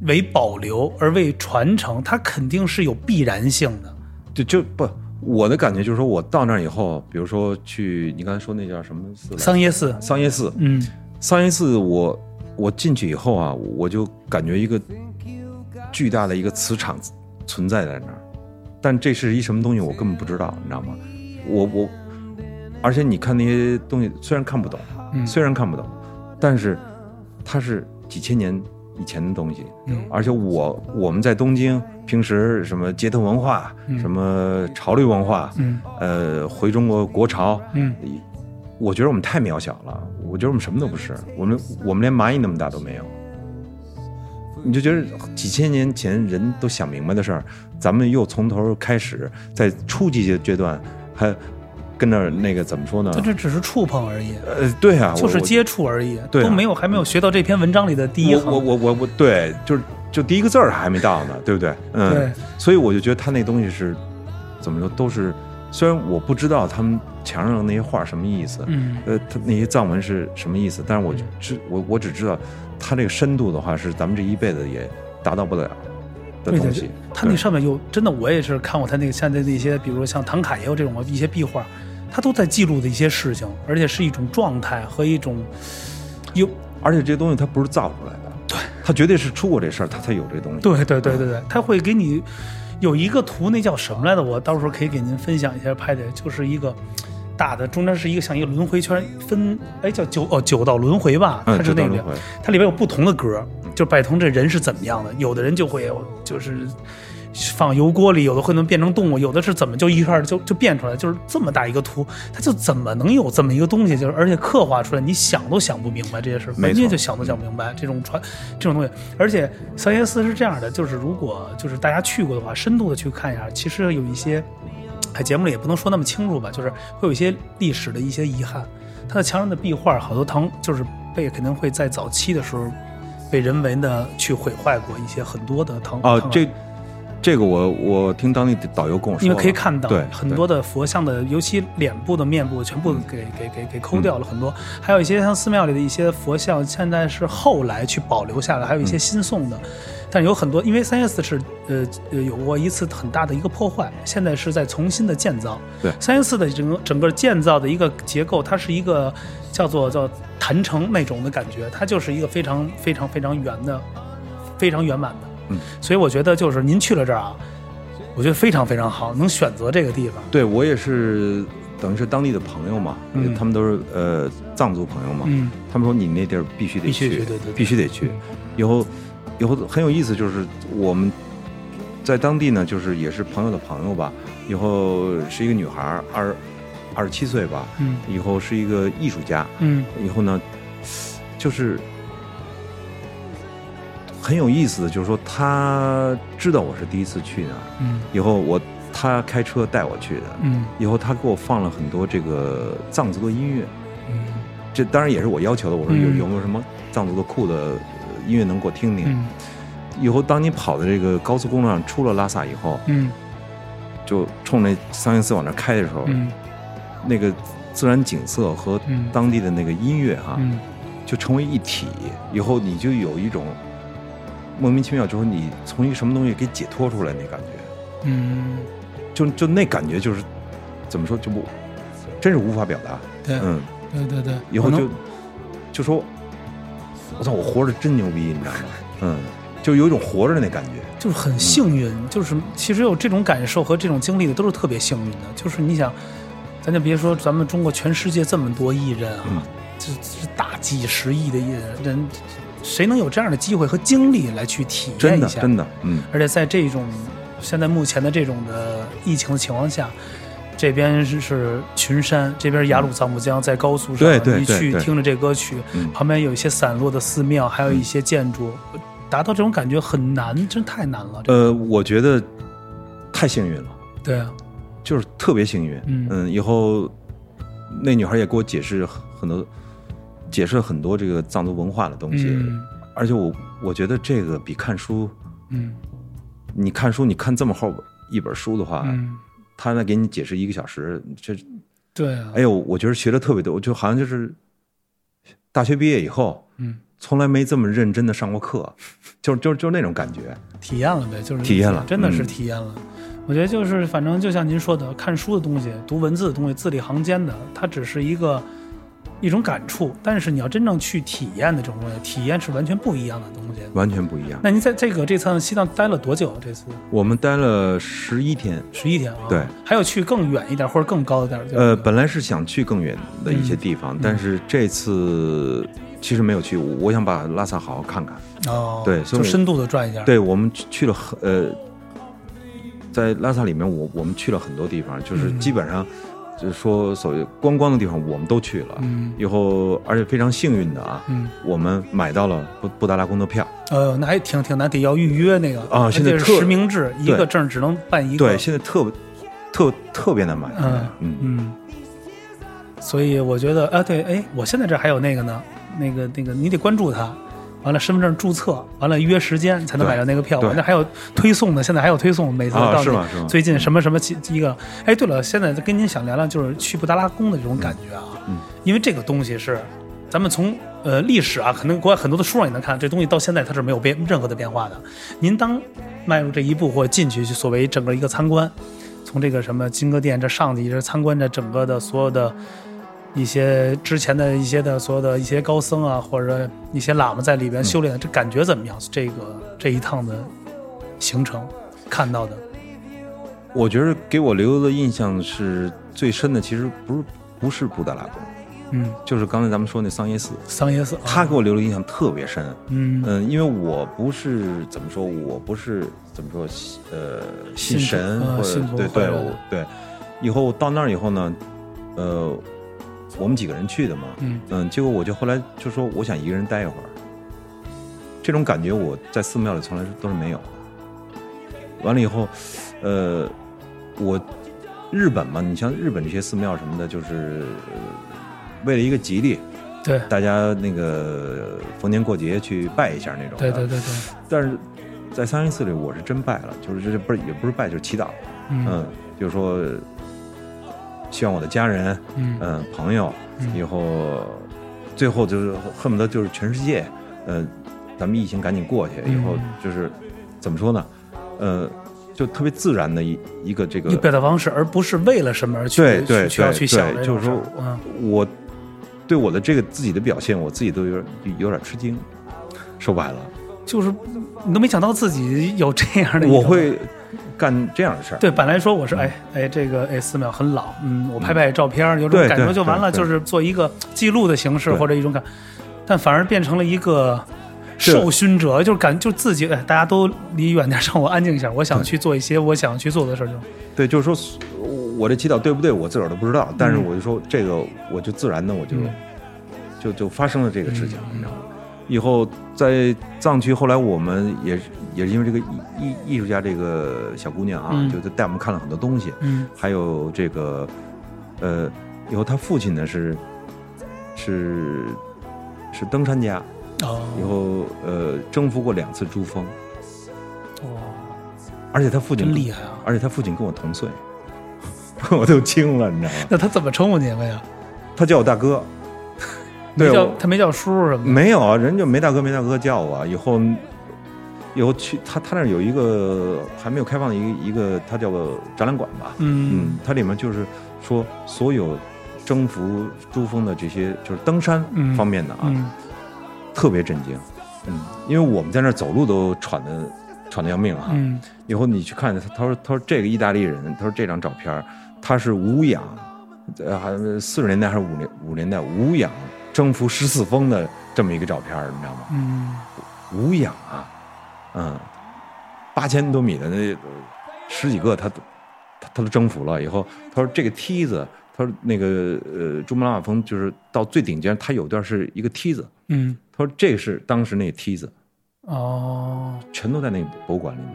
为保留而未传承，它肯定是有必然性的。就就不，我的感觉就是说，我到那儿以后，比如说去你刚才说那叫什么寺来着？桑耶寺，桑耶寺，嗯桑耶寺我我进去以后啊，我就感觉一个巨大的一个磁场存在在那儿，但这是一什么东西我根本不知道，你知道吗？我我，而且你看那些东西虽然看不懂，嗯，虽然看不懂，但是它是几千年以前的东西，嗯而且我我们在东京平时什么街头文化、嗯什么潮流文化，嗯呃，回中国国潮，嗯我觉得我们太渺小了，我觉得我们什么都不是，我们我们连蚂蚁那么大都没有。你就觉得几千年前人都想明白的事儿，咱们又从头开始，在初级阶阶段还跟那儿那个怎么说呢它？这只是触碰而已，呃，对啊，我就是我接触而已，对啊都没有还没有学到这篇文章里的第一我行。我我我我对，就是就第一个字儿还没到呢，对不对？嗯，对所以我就觉得他那东西是怎么说，都是虽然我不知道他们墙上那些画什么意思，嗯呃，他那些藏文是什么意思，但是我只我我只知道他这个深度的话，是咱们这一辈子也达到不了。的对对东对西。它那上面有真的，我也是看过它那个现在那些，比如说像唐卡也有这种啊一些壁画，它都在记录的一些事情，而且是一种状态和一种有而且这些东西它不是造出来的，对，它绝对是出过这事儿，它才有这东西。对对对对对，它会给你有一个图，那叫什么来着？我到时候可以给您分享一下拍的，就是一个大的，中间是一个像一个轮回圈，分哎叫九哦九道轮回吧，嗯它是那九个、道轮回它里边有不同的歌，就摆通这人是怎么样的，有的人就会就是。放油锅里，有的会能变成动物，有的是怎么就一下就就变出来，就是这么大一个图，它就怎么能有这么一个东西？就是而且刻画出来，你想都想不明白这些事儿，没错人家就想都想不明白这种传这种东西。而且桑耶斯是这样的，就是如果就是大家去过的话，深度的去看一下，其实有一些，哎，节目里也不能说那么清楚吧，就是会有一些历史的一些遗憾。它的墙上的壁画，好多唐就是被肯定会在早期的时候被人为的去毁坏过一些很多的唐哦、唐这这个我我听当地导游跟我嗯说了，因为可以看到对嗯很多的佛像的，尤其脸部的、面部全部给给给给抠掉了很多，还有一些像寺庙里的一些佛像，现在是后来去保留下来，还有一嗯些新送的，但有很多，因为三叶寺是呃呃有过一次很大的一个破坏，现在是在重新的建造。对三叶寺的整个整个建造的一个结构，它是一个叫做叫坛城那种的感觉，它就是一个非常非常非常圆的，非常圆满的。嗯，所以我觉得就是您去了这儿啊，我觉得非常非常好，能选择这个地方。对我也是，等于是当地的朋友嘛，嗯他们都是呃藏族朋友嘛，嗯，他们说你那地儿必须得必须去，去对对对必须得去。以后以后很有意思，就是我们在当地呢，就是也是朋友的朋友吧。以后是一个女孩儿，二二十七岁吧，嗯以后是一个艺术家，嗯以后呢，就是很有意思的，就是说她知道我是第一次去那儿，嗯以后我她开车带我去的，嗯以后他给我放了很多这个藏族的音乐，嗯这当然也是我要求的。我说有嗯有没有什么藏族的酷的呃音乐能给我听听？嗯以后当你跑到这个高速公路上，出了拉萨以后，嗯就冲那桑耶寺往那开的时候，嗯那个自然景色和嗯当地的那个音乐哈、嗯，就成为一体。以后你就有一种莫名其妙，就是你从一个什么东西给解脱出来那感觉，嗯，就就那感觉就是怎么说就不，真是无法表达。对嗯。对对对，以后我能就就说，我操，我活着真牛逼，你知道吗？嗯，就有一种活着的那感觉。就是很幸运，嗯就是其实有这种感受和这种经历的都是特别幸运的。就是你想，咱就别说咱们中国全世界这么多亿人嗯啊，这这大几十亿的亿人，人谁能有这样的机会和精力来去体验真一的，下？真的，嗯，而且在这种现在目前的这种的疫情的情况下，这边是是群山，这边雅鲁藏布江，在高速上啊对对你对去对听着这歌曲，嗯旁边有一些散落的寺庙，还有一些建筑，达到这种感觉很难，真太难了。这呃，我觉得太幸运了，对啊，就是特别幸运。嗯以后那女孩也给我解释很多，解释了很多这个藏族文化的东西，嗯而且我我觉得这个比看书，嗯你看书，你看这么厚一本书的话，嗯，他呢给你解释一个小时，这对啊，哎呦，我觉得学的特别多，我就好像就是大学毕业以后，嗯，从来没这么认真的上过课， 就就就那种感觉。体验了呗，就是体验了真的是嗯体验了。我觉得就是，反正就像您说的，看书的东西、读文字的东西、字里行间的，它只是一个一种感触，但是你要真正去体验的这种东西，体验是完全不一样的东西。完全不一样。那您在这个这趟西藏待了多久？这次我们待了十一天，十一天啊？对，还有去更远一点或者更高一点的地方？呃，本来是想去更远的一些地嗯方，但是这次其实没有去。我我想把拉萨好好看看。哦，对所以就我深度的转一下。，对，我们去去了很呃，在拉萨里面，我我们去了很多地方，就是嗯基本上就是说所谓观光的地方，我们都去了。嗯以后，而且非常幸运的啊，嗯，我们买到了布布达拉宫的票。呃，那还挺挺难，得要预约那个啊现在而且是特实名制，一对个证只能办一个。对，现在特特特别难买。嗯嗯，嗯，所以我觉得啊，对，哎，我现在这还有那个呢，那个那个，你得关注他，完了身份证注册，完了约时间才能买到那个票。对对完了还有推送呢，现在还有推送，每次啊到是那吗是吗最近什么什么几一个，哎，对了，现在跟您想聊聊就是去布达拉宫的这种感觉啊，嗯因为这个东西是咱们从呃历史啊，可能国外很多的书上也能看，这东西到现在它是没有变任何的变化的。您当迈入这一步或进去，就所谓整个一个参观，从这个什么金阁殿这上去，一直参观着整个的所有的一些之前的一些的所有的一些高僧啊，或者一些喇嘛在里边修炼，这感觉怎么样？这个这一趟的行程看到的，我觉得给我留的印象是最深的，其实不是不是布达拉宫，嗯，就是刚才咱们说那桑耶寺，桑耶寺，他给我留的印象特别深。嗯嗯，因为我不是怎么说，我不是怎么说，呃，信信徒神啊或者信徒对或对者我对，以后到那儿以后呢，呃，我们几个人去的嘛，嗯嗯，结果我就后来就说我想一个人待一会儿，这种感觉我在寺庙里从来都是没有的。完了以后，呃，我日本嘛，你像日本这些寺庙什么的，就是、呃为了一个吉利，对大家那个逢年过节去拜一下那种的。对对对对，但是在三十寺里，我是真拜了，就是这不是也不是拜，就是祈祷，嗯嗯，就是说希望我的家人，嗯嗯，朋友嗯，以后最后就是恨不得就是全世界，嗯，咱们疫情赶紧过去，以后嗯就是怎么说呢，呃，就特别自然的一一个这个一个表达方式，而不是为了什么而去对对需要对去想对这种就是事儿说嗯我对我的这个自己的表现，我自己都有点有点吃惊。说白了，就是你都没想到自己有这样的一个，我会嗯干这样的事儿。对，本来说我是哎哎这个哎寺庙很老，嗯，我拍拍照片儿，有种对感觉对就完了，对就对是做一个记录的形式对或者一种感，但反而变成了一个是受熏者，就是感就自己哎大家都离远点儿，让我安静一下，我想去做一些我想去做的事儿就，对，就是说我这祈祷对不对，我自个儿都不知道。但是我就说这个，我就自然的我就、嗯就就发生了这个事情，你知道吗？以后在藏区，后来我们也是也是因为这个艺艺艺术家这个小姑娘啊，嗯就带我们看了很多东西，嗯还有这个呃，以后她父亲呢是是是登山家，以哦后呃征服过两次珠峰，哦，而且他父亲真跟厉害啊！而且他父亲跟我同岁， 我都惊了，你知道吗？ 那他怎么称呼您了呀？他叫我 大哥，没对叫我他没叫叔叔什么的，没有啊，人就没大哥没大哥叫我啊，以后以后去他他那儿有一个还没有开放的一个一个，他叫个展览馆吧，嗯嗯，它里面就是说所有征服珠峰的这些就是登山嗯方面的啊，嗯特别震惊，嗯，因为我们在那儿走路都喘的喘的要命啊，嗯以后你去看他，他说他说这个意大利人，他说这张照片儿他是无氧，呃，还四十年代还是五年五年代无氧征服十四峰的这么一个照片儿你知道吗？嗯，无氧啊，嗯，八千多米的那十几个他都他他都征服了。以后他说这个梯子，他说那个呃珠穆朗玛峰就是到最顶尖，它有段是一个梯子，嗯他说这是当时那个梯子，哦，全都在那个博物馆里面，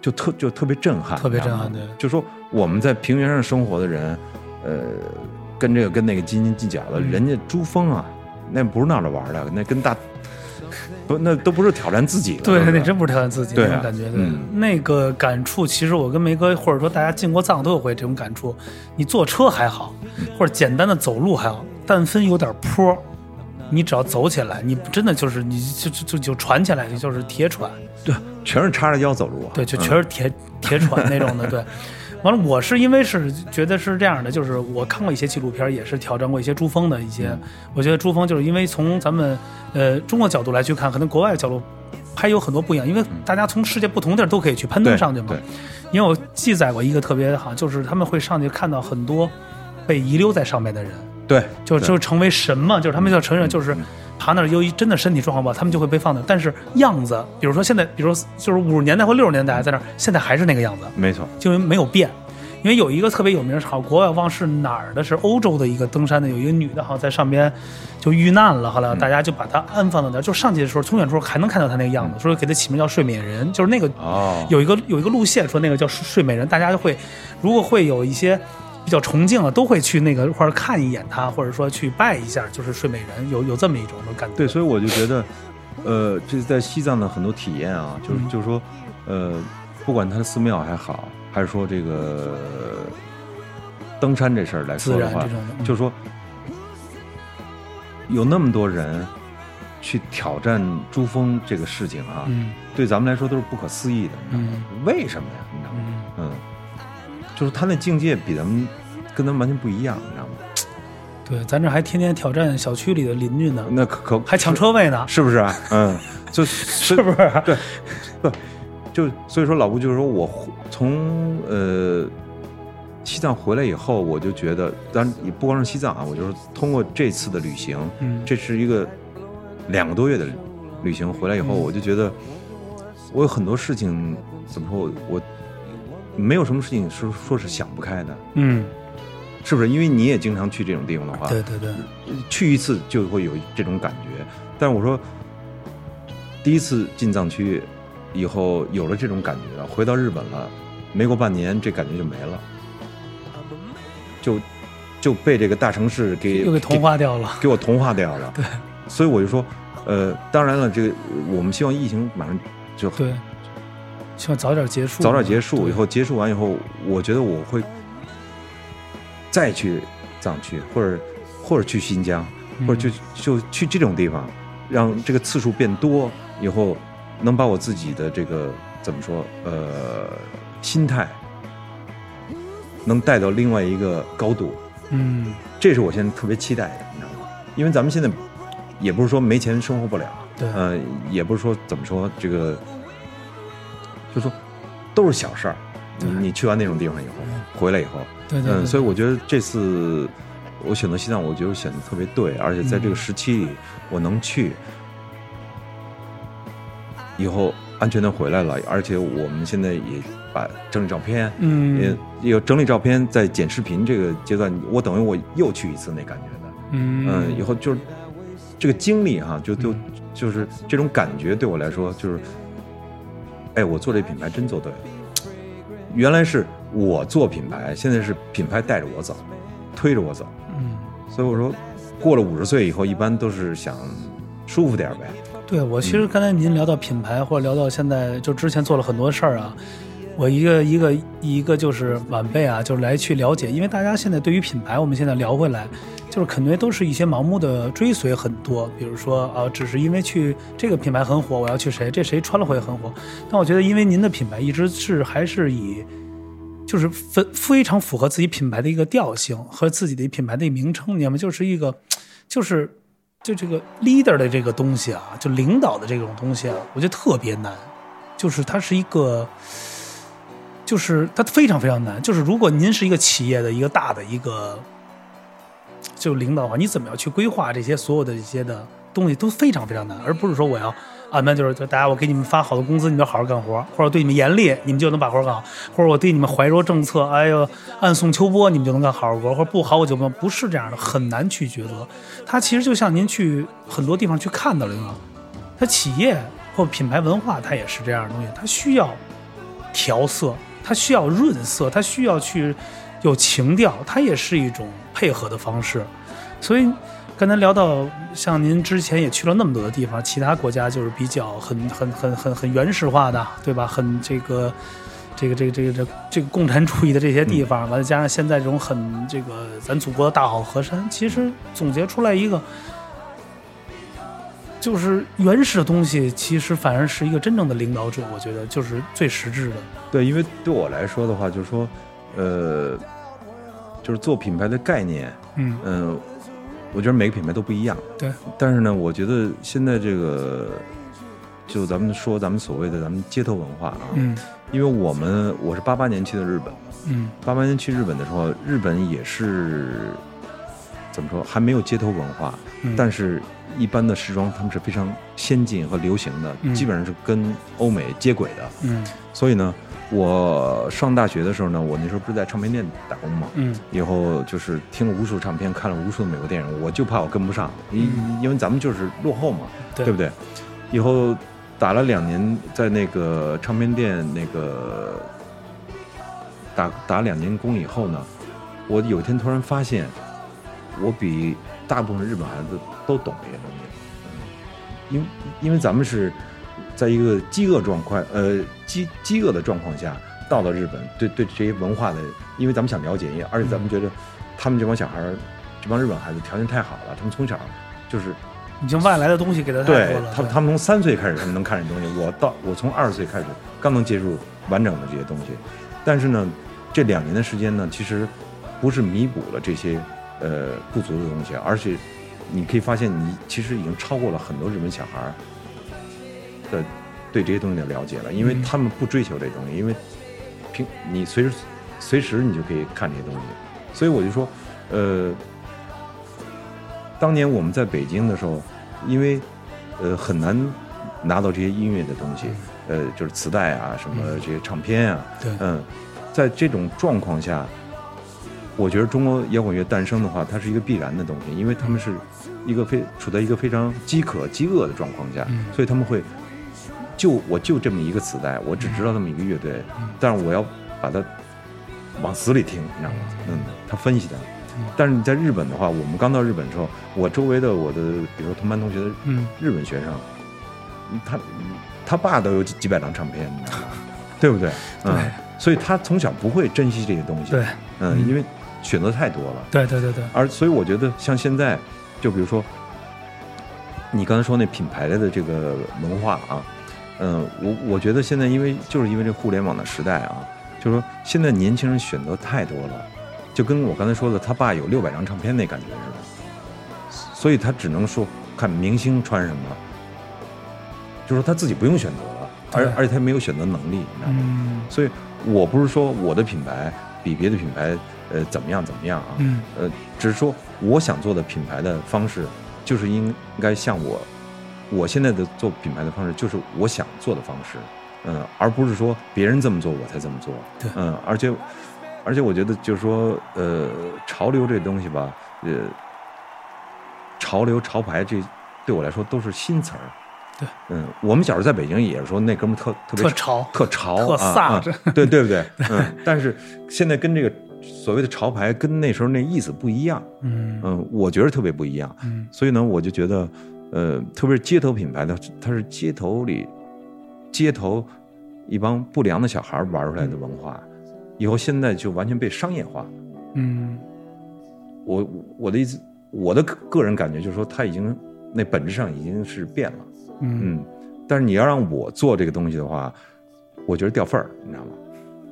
就特就特别震撼，特别震撼你知道吗对就说我们在平原上生活的人，呃，跟这个跟那个斤斤计较的，嗯人家珠峰啊，那不是闹着玩儿的，那跟大不那都不是挑战自己的，对，都是那真不是挑战自己对那啊种感觉，对，嗯那个感触，其实我跟梅哥或者说大家进过藏都有会这种感触。你坐车还好，嗯或者简单的走路还好，但分有点坡，你只要走起来，你真的就是你就就就就喘起来，就是铁喘，全是叉着腰走路啊，对，就全是铁、 铁喘那种的，对。完了，我是因为是觉得是这样的，就是我看过一些纪录片，也是挑战过一些珠峰的一嗯些。我觉得珠峰就是因为从咱们呃中国角度来去看，可能国外角度还有很多不一样，因为大家从世界不同地儿都可以去攀登嗯对上去嘛。对，因为我记载过一个特别好，就是他们会上去看到很多被遗留在上面的人，嗯对，就对就成为神嘛，就是他们叫承认，就是爬那儿，由于真的身体状况不好，他们就会被放那儿。但是样子，比如说现在，比如说就是五十年代或六十年代在那儿，现在还是那个样子，没错，就因为没有变。因为有一个特别有名儿，好像国外忘是哪儿的，是欧洲的一个登山的，有一个女的，好像在上边就遇难了，后来大家就把她安放到那儿，就上去的时候，从远处还能看到她那个样子，所以给她起名叫睡美人，就是那个哦，有一个有一个路线说那个叫睡睡美人，大家就会如果会有一些比较崇敬的，都会去那个或者看一眼她，或者说去拜一下，就是睡美人，有有这么一种的感觉。对，所以我就觉得，呃，这在西藏的很多体验啊，就是、嗯就是说，呃，不管它的寺庙还好，还是说这个登山这事儿来说自的然话这，种的，就是说有那么多人去挑战珠峰这个事情啊，嗯对咱们来说都是不可思议的。你知道吗嗯为什么呀？你知道吗？嗯嗯，就是他那境界比咱们跟咱们完全不一样，你知道吗？对，咱这还天天挑战小区里的邻居呢，那可可还抢车位呢，是不是啊？嗯， 就是是不啊是？对，不就所以说老顾就是说我回从呃西藏回来以后，我就觉得，当然也不光是西藏啊，我就是通过这次的旅行，嗯这是一个两个多月的旅行，回来以后嗯我就觉得我有很多事情怎么说我我没有什么事情是说是想不开的，嗯，是不是？因为你也经常去这种地方的话，对对对，去一次就会有这种感觉。但我说，第一次进藏区以后有了这种感觉，回到日本了，没过半年这感觉就没了，就就被这个大城市给又给同化掉了。给给我同化 掉了。对，所以我就说，呃，当然了，这个我们希望疫情马上就对，希望早点结束，早点结束，对以后结束完以后，我觉得我会再去藏区，或者或者去新疆，嗯或者就就去这种地方，让这个次数变多，以后能把我自己的这个怎么说呃心态能带到另外一个高度，嗯这是我现在特别期待的，你知道吗？因为咱们现在也不是说没钱生活不了，对呃，也不是说怎么说这个，就说都是小事儿。你你去完那种地方以后，回来以后，嗯对对对，嗯，所以我觉得这次我选择西藏，我觉得选的特别对，而且在这个嗯时期里，我能去，以后安全的回来了，而且我们现在也把整理照片，也嗯有整理照片，在剪视频这个阶段，我等于我又去一次那感觉的，嗯嗯，以后就是这个经历哈、就就嗯就是这种感觉对我来说就是，哎，我做这品牌真做对了。原来是我做品牌，现在是品牌带着我走，推着我走。嗯。所以我说，过了五十岁以后，一般都是想舒服点儿呗。对我其实刚才您聊到品牌，或者聊到现在，就之前做了很多事儿啊。我一个一个一个就是晚辈啊，就是来去了解，因为大家现在对于品牌，我们现在聊回来，就是肯定都是一些盲目的追随很多，比如说啊，只是因为去这个品牌很火，我要去谁，这谁穿了会很火。但我觉得，因为您的品牌一直是还是以就是非非常符合自己品牌的一个调性和自己的品牌的名称，你要么就是一个就是就这个 leader 的这个东西啊，就领导的这种东西啊，我觉得特别难，就是它是一个。就是它非常非常难，就是如果您是一个企业的一个大的一个就领导的话，你怎么样去规划这些所有的这些的东西都非常非常难，而不是说我要安排就是大家我给你们发好的工资，你们要好好干活，或者我对你们严厉，你们就能把活干好，或者我对你们怀柔政策，哎呦暗送秋波，你们就能干好活，或者不好我就不不是这样的，很难去抉择。它其实就像您去很多地方去看到的一样，它企业或品牌文化它也是这样的东西，它需要调色，它需要润色，它需要去有情调，它也是一种配合的方式。所以刚才聊到，像您之前也去了那么多的地方，其他国家就是比较很很很很很原始化的，对吧？很这个。这个这个这个这个这个共产主义的这些嗯地方，完了加上现在这种很这个咱祖国的大好河山，其实总结出来一个，就是原始的东西，其实反而是一个真正的领导者，我觉得就是最实质的。对，因为对我来说的话，就是说，呃，就是做品牌的概念，嗯，嗯、我觉得每个品牌都不一样。对，但是呢，我觉得现在这个，就咱们说咱们所谓的咱们街头文化啊，嗯因为我们我是八八年去的日本，嗯八八年去日本的时候，日本也是怎么说还没有街头文化，嗯，但是是一般的时装他们是非常先进和流行的，嗯基本上是跟欧美接轨的。嗯所以呢，我上大学的时候呢，我那时候不是在唱片店打工嘛，嗯以后就是听了无数唱片，看了无数的美国电影，我就怕我跟不上，因、嗯因为咱们就是落后嘛，对不对？以后打了两年，在那个唱片店那个打打两年工以后呢，我有一天突然发现，我比大部分日本孩子都懂这些东西，嗯、因为因为咱们是在一个饥饿状况，呃，饥饥饿的状况下到了日本，对对这些文化的，因为咱们想了解，也而且咱们觉得他们这帮小孩儿，这帮日本孩子条件太好了，他们从小就是已经外来的东西给他太对多了。他们，他们从三岁开始他们能看这东西，我到我从二十岁开始刚能接触完整的这些东西，但是呢，这两年的时间呢，其实不是弥补了这些呃不足的东西，而且你可以发现你其实已经超过了很多日本小孩儿的对这些东西的了解了，因嗯为他们不追求这东西，因为平你随时随时你就可以看这些东西，所以我就说，呃，当年我们在北京的时候，因为呃很难拿到这些音乐的东西，呃，就是磁带啊，什么这些唱片啊，对嗯，在这种状况下，我觉得中国摇滚乐诞生的话，它是一个必然的东西，因为他们是一个非处在一个非常饥渴、饥饿的状况下，嗯所以他们会就我就这么一个磁带，我只知道这嗯么一个乐队，但是我要把它往死里听，你知道吗？嗯，他分析的。但是你在日本的话，我们刚到日本的时候，我周围的我的，比如说同班同学的嗯，日本学生，他他爸都有几几百张唱片，你 知道吗对不对？嗯，所以他从小不会珍惜这些东西。对，嗯，因为选择太多了。对对对对，而所以我觉得像现在，就比如说你刚才说那品牌的这个文化啊，嗯、我我觉得现在因为就是因为这互联网的时代啊，就是说现在年轻人选择太多了，就跟我刚才说的他爸有六百张唱片那感觉似的，所以他只能说看明星穿什么，就是说他自己不用选择了，而对而且他没有选择能力，你知道吗？嗯所以我不是说我的品牌比别的品牌呃怎么样怎么样啊，嗯呃，只是说我想做的品牌的方式，就是应该像我我现在的做品牌的方式，就是我想做的方式，嗯，而不是说别人这么做我才这么做，对嗯，而且而且我觉得就是说，呃，潮流这东西吧，呃，潮流潮牌这对我来说都是新词儿。对，嗯，我们小时候在北京也是说那哥们儿特特别特潮特潮、特啊飒啊这对对不对？嗯，但是现在跟这个所谓的潮牌跟那时候那意思不一样，嗯嗯，我觉得特别不一样。嗯所以呢，我就觉得，呃，特别是街头品牌的，它是街头里街头一帮不良的小孩玩出来的文化，以后现在就完全被商业化。嗯我我的意思，我的个人感觉就是说，它已经那本质上已经是变了。嗯，嗯，但是你要让我做这个东西的话，我觉得掉份儿，你知道吗？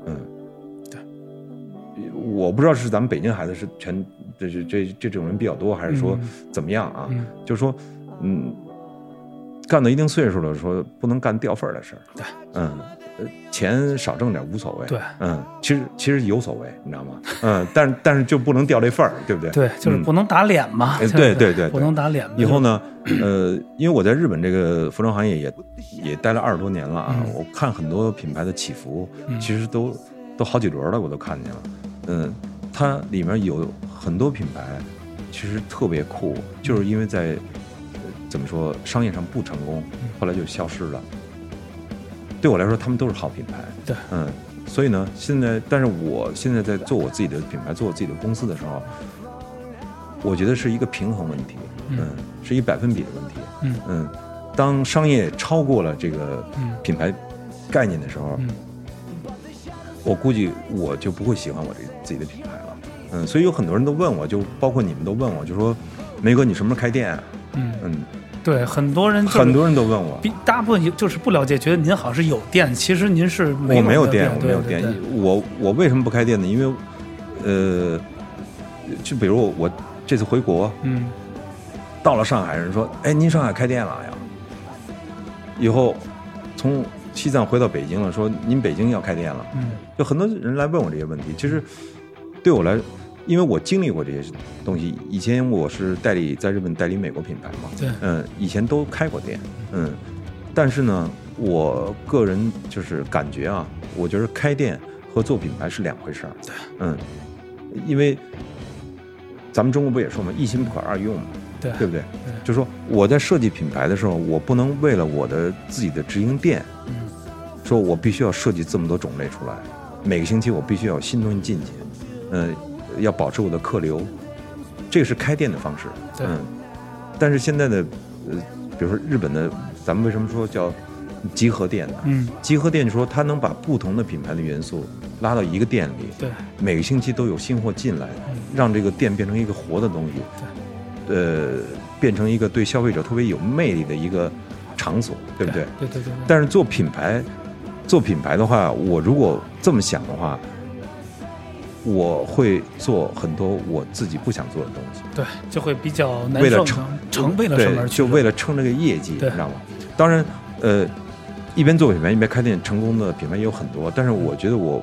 嗯，对，我不知道是咱们北京孩子是全这这这这种人比较多，还是说嗯怎么样啊？嗯就是说，嗯，干到一定岁数了，说不能干掉份儿的事儿。对，嗯。呃，钱少挣点无所谓，对嗯，其实其实有所谓，你知道吗？嗯，但是但是就不能掉这份儿，对不对？对，就是嗯不能打脸嘛。哎就是对对对不对能打脸嘛。以后呢， 呃，因为我在日本这个服装行业也也待了二十多年了啊，嗯我看很多品牌的起伏，嗯其实都都好几轮了，我都看见了。嗯，它里面有很多品牌，其实特别酷，就是因为在、呃怎么说商业上不成功，嗯后来就消失了。对我来说，他们都是好品牌。对，嗯，所以呢，现在，但是我现在在做我自己的品牌，做我自己的公司的时候，我觉得是一个平衡问题，嗯嗯，是一百分比的问题，嗯当商业超过了这个嗯品牌概念的时候，嗯我估计我就不会喜欢我这自己的品牌了，嗯，所以有很多人都问我，就包括你们都问我，就说梅哥你什么时候开店、啊？嗯，嗯，对，很多人就是很多人都问我，比大部分就是不了解，觉得您好像是有店，其实您是没我没有的店，我没有对对店对。我我为什么不开店呢？因为，呃，就比如我我这次回国嗯到了上海，人说：“哎，您上海开店了呀？”以后从西藏回到北京了，说您北京要开店了，嗯就很多人来问我这些问题。其实对我来，因为我经历过这些东西，以前我是代理在日本代理美国品牌嘛，对嗯，以前都开过店，嗯，但是呢，我个人就是感觉啊，我觉得开店和做品牌是两回事儿，对，嗯，因为咱们中国不也说嘛，一心不可二用嘛，对对不对？就说我在设计品牌的时候，我不能为了我的自己的直营店，嗯说我必须要设计这么多种类出来，每个星期我必须要有新东西进去，嗯、要保持我的客流，这个是开店的方式，对嗯。但是现在的，呃，比如说日本的，咱们为什么说叫集合店呢？嗯，集合店就说它能把不同的品牌的元素拉到一个店里，对，每个星期都有新货进来，让这个店变成一个活的东西，呃，变成一个对消费者特别有魅力的一个场所，对不对？对对对对，但是做品牌，做品牌的话，我如果这么想的话，我会做很多我自己不想做的东西。对就会比较难为了受成嘛，成为了什么而对，去就的为了撑这个业绩，你对知道吗？当然，呃，一边做品牌一边开店，成功的品牌也有很多，但是我觉得我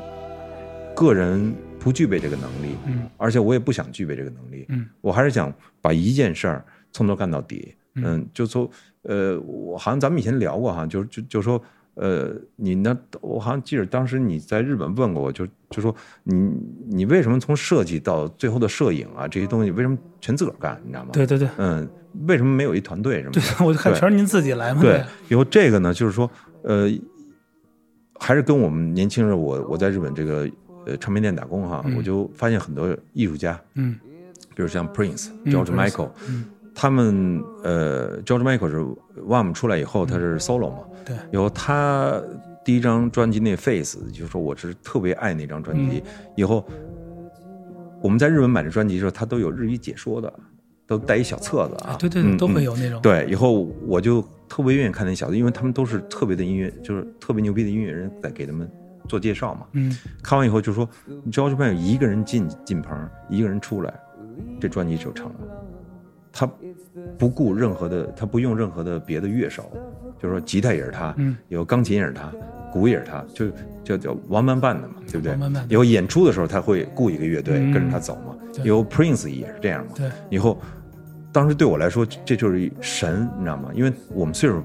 个人不具备这个能力，嗯而且我也不想具备这个能力，嗯，我还是想把一件事儿从头干到底，嗯嗯，就从呃，我好像咱们以前聊过哈，就就就说。呃，你呢？我好像记得当时你在日本问过我，就就说你你为什么从设计到最后的摄影啊这些东西，为什么全自个儿干？你知道吗？对对对，嗯，为什么没有一团队什么的？ 我就看对全是您自己来嘛，对，以后这个呢，就是说，呃，还是跟我们年轻人，我我在日本这个呃唱片店打工哈，嗯我就发现很多艺术家，嗯比如像 Prince、嗯 George ，Prince， Michael，、嗯他们呃 George Michael 是 Wham 出来以后，他是 solo 嘛，嗯对以后他第一张专辑那 Face，就是说我是特别爱那张专辑，嗯以后我们在日本买的专辑的时候，他都有日语解说的，都带一小册子啊，啊，对对对，嗯都嗯会有那种，对，以后我就特别愿意看那小子，因为他们都是特别的音乐，就是特别牛逼的音乐人在给他们做介绍嘛。嗯看完以后就说，George m i 一个人进进棚，一个人出来，这专辑就成了。他不顾任何的，他不用任何的别的乐手，就是说吉他也是他，嗯有钢琴也是他，鼓也是他，就就叫王慢办的嘛，对不对王慢慢？的以后演出的时候他会雇一个乐队嗯跟着他走嘛。对以后 Prince 也是这样嘛。对，以后，当时对我来说，这这就是一神，你知道吗？因为我们岁数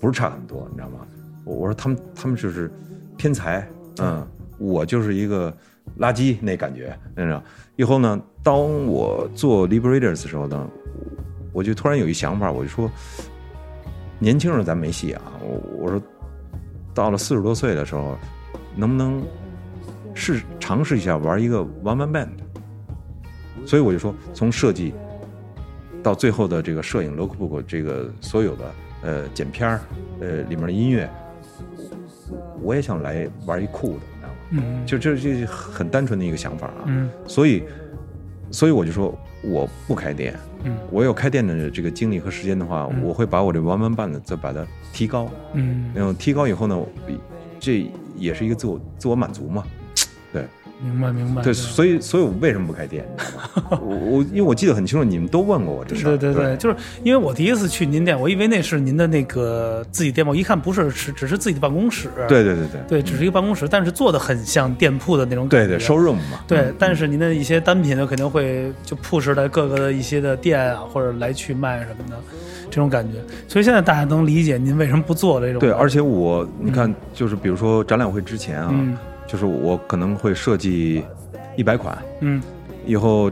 不是差很多，你知道吗？我我说他们他们就是天才，嗯，我就是一个垃圾那感觉，你知道。以后呢，当我做 Liberators 的时候呢，我就突然有一想法，我就说，年轻人咱没戏啊，我我说，到了四十多岁的时候，能不能试尝试一下玩一个 one man band？所以我就说，从设计到最后的这个摄影 lookbook，这个所有的呃剪片儿，呃里面的音乐，我也想来玩一酷的，你知道吗？嗯就这这很单纯的一个想法啊。嗯所以，所以我就说我不开店，嗯我有开店的这个精力和时间的话，嗯我会把我这玩玩办的再把它提高，嗯，然后提高以后呢，这也是一个自我自我满足嘛。明白明白，对，所以所以我为什么不开店？你知道 吗？我我因为我记得很清楚，你们都问过我这事对儿。对对，对，就是因为我第一次去您店，我以为那是您的那个自己店嘛，我一看不是，是只是自己的办公室。对对对对对，只是一个办公室，但是做的很像店铺的那种感觉。对对，收 room 嘛。嗯对，但是您的一些单品呢，肯定会就 push 在各个的一些的店啊，或者来去卖什么的，这种感觉。所以现在大家能理解您为什么不做这种。对，而且我你看，就是比如说展览会之前嗯啊，就是我可能会设计一百款，嗯以后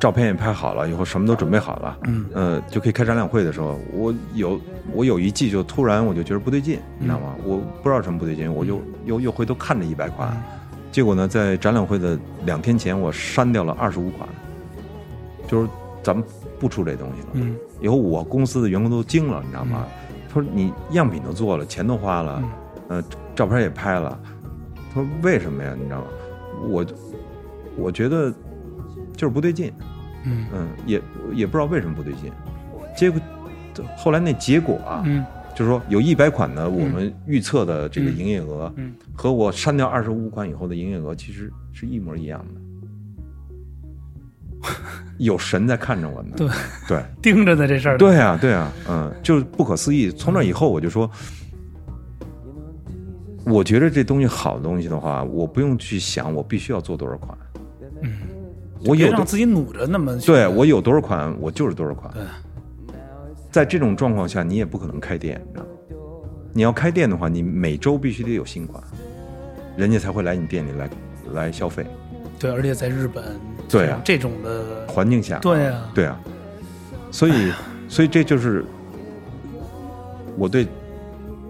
照片也拍好了，以后什么都准备好了，嗯，呃，就可以开展览会的时候，我有我有一季就突然我就觉得不对劲，你嗯知道吗？我不知道什么不对劲，我就又又回头看了一百款，结果呢，在展览会的两天前，我删掉了二十五款，就是咱们不出这东西了。嗯，以后我公司的员工都惊了，你知道吗？他说你样品都做了，钱都花了，嗯呃，照片也拍了，他说为什么呀？你知道吗？我我觉得就是不对劲，嗯嗯，也也不知道为什么不对劲。结果后来那结果啊，嗯就是说有一百款的我们预测的这个营业额，嗯嗯和我删掉二十五款以后的营业额其实是一模一样 的。有神在看着我呢，对对盯着呢这事儿。，对啊，对啊，嗯，就是不可思议。从那以后，我就说，我觉得这东西好的东西的话，我不用去想我必须要做多少款，嗯，我别有多让自己努着那么去。对我有多少款，我就是多少款对。在这种状况下，你也不可能开店，你知道吗？你要开店的话，你每周必须得有新款，人家才会来你店里来来消费。对，而且在日本，对啊这种的环境下，对啊对啊，所以，所以这就是我对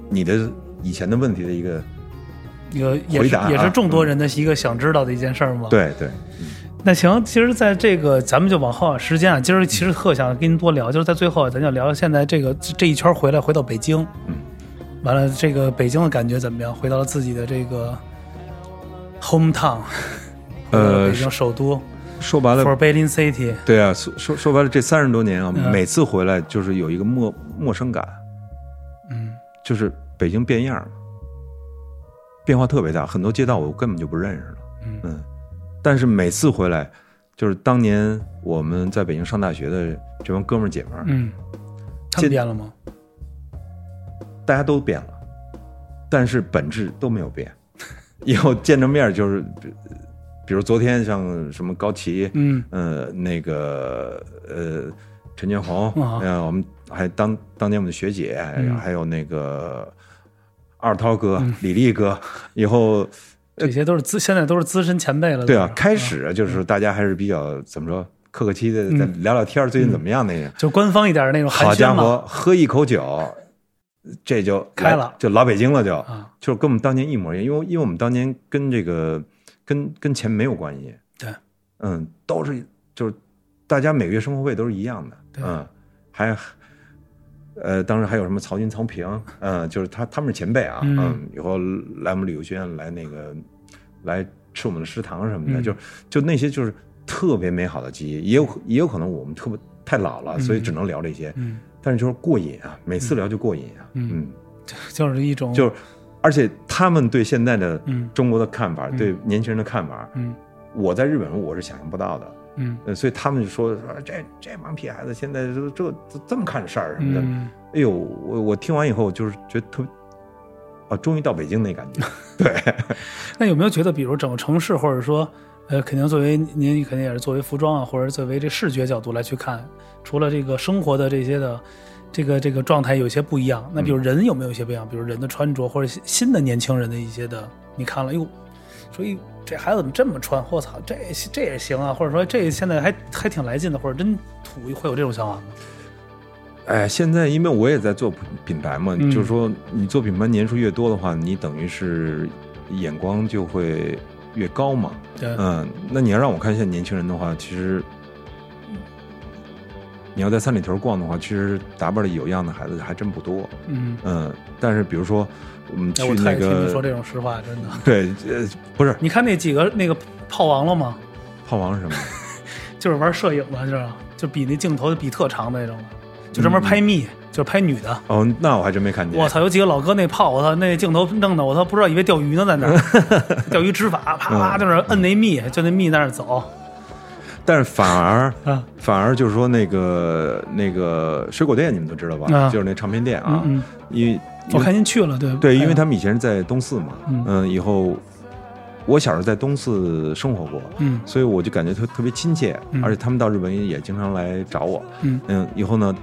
你的以前的问题的一个一个也回是、答啊也是众多人的一个想知道的一件事儿嘛。，对对，那行，其实在这个咱们就往后啊，时间啊，今儿其实特想跟您多聊，就是在最后啊咱就聊聊现在这个这一圈回来回到北京，嗯，完了这个北京的感觉怎么样？回到了自己的这个 hometown，回到了呃北京首都，说白了 For，Berlin City，对啊，说说说白了，这三十多年啊，嗯每次回来就是有一个陌陌生感，嗯，就是北京变样了，变化特别大，很多街道我根本就不认识了。嗯但是每次回来，就是当年我们在北京上大学的这帮哥们儿姐们儿，嗯，他们这变了吗？大家都变了，但是本质都没有变。以后见着面儿就是，呃比如昨天像什么高旗，嗯呃，那个呃，陈建红，啊呃，我们还当当年我们的学姐，嗯还有那个二涛哥、李丽哥，以后嗯这些都是资，现在都是资深前辈了。呃对都啊是，嗯开始就是大家还是比较怎么说，客客气气的，再聊聊天儿，嗯最近怎么样那样。就官方一点的那种寒好暄家嘛。伙，喝一口酒，这就开来了就老北京了就，就啊是跟我们当年一模一样，因为因为我们当年跟这个跟跟钱没有关系，对，嗯，都是就是大家每个月生活费都是一样的，对嗯，还呃，当时还有什么曹军、曹平，嗯，就是他他们是前辈啊，嗯嗯，以后来我们旅游学院来那个来吃我们的食堂什么的，嗯就就那些就是特别美好的记忆，也有也有可能我们特别太老了，所以只能聊这些，嗯，但是就是过瘾啊，每次聊就过瘾啊，嗯嗯，就是一种就是，而且他们对现在的嗯中国的看法，嗯对年轻人的看法，嗯我在日本我是想象不到的，嗯呃，所以他们就说说这这帮屁孩子现在这这这这么看事儿什么的，嗯，哎呦，我我听完以后就是觉得特别。啊，终于到北京那感 觉，那有没有觉得，比如整个城市，或者说，呃，肯定作为您肯定也是作为服装啊，或者作为这视觉角度来去看，除了这个生活的这些的这个这个状态有些不一样，那比如人有没有一些不一样？比如人的穿着，或者新新的年轻人的一些的，你看了，哟，哎说哟，这孩子怎么这么穿？我操，这这也行啊？或者说这现在还还挺来劲的，或者真土，会有这种想法吗？哎，现在因为我也在做品牌嘛，嗯就是说你做品牌年数越多的话，你等于是眼光就会越高嘛，对，嗯，那你要让我看现在年轻人的话，其实你要在三里屯逛的话，其实打扮的有样的孩子还真不多。嗯，嗯，但是比如说我们哎去我太那听你说这个，种实话，真的。对，呃，不是你看那几个那个炮王了吗？胖王是什么？就是玩摄影的，知道吗？就比那镜头比特长的那种的，就专门拍蜜，嗯就是拍女的。哦，那我还真没看见。我操，有几个老哥那炮，我操，那镜头弄的，我操，不知道以为钓鱼呢，在那 儿钓鱼执法，啪啪嗯在那儿摁那蜜，就那蜜在那儿走但是反而啊，反而就是说那个那个水果店，你们都知道吧？啊就是那唱片店啊，嗯嗯，因为因我为看您去了，对啊哎对，因为他他们以前是在东四嘛，嗯嗯以后我小时候在东四生活过，嗯所以我就感觉特特别亲切，嗯而且他们到日本也经常来找我，嗯以后呢，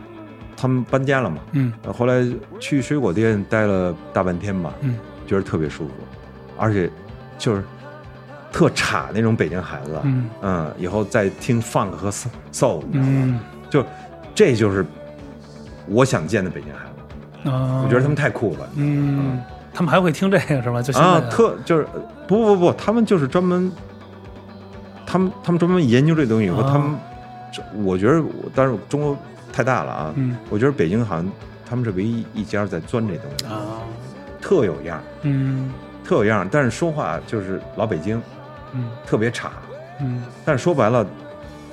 他们搬家了嘛，嗯呃后来去水果店待了大半天吧，嗯觉得特别舒服，而且就是特差那种北京孩子，嗯嗯以后再听 funk 和 soul，你知道吗？嗯就这就是我想见的北京孩子，啊，我觉得他们太酷了，嗯，他们还会听这个是吧？就现在啊，的特就是呃不不不，他们就是专门，他们他们专门研究这东西以后，啊他们这，我觉得我，但是中国太大了啊，嗯我觉得北京好像他们是唯一一家在钻这东西，啊特有样儿，嗯特有样儿，但是说话就是老北京，嗯特别差，嗯但是说白了，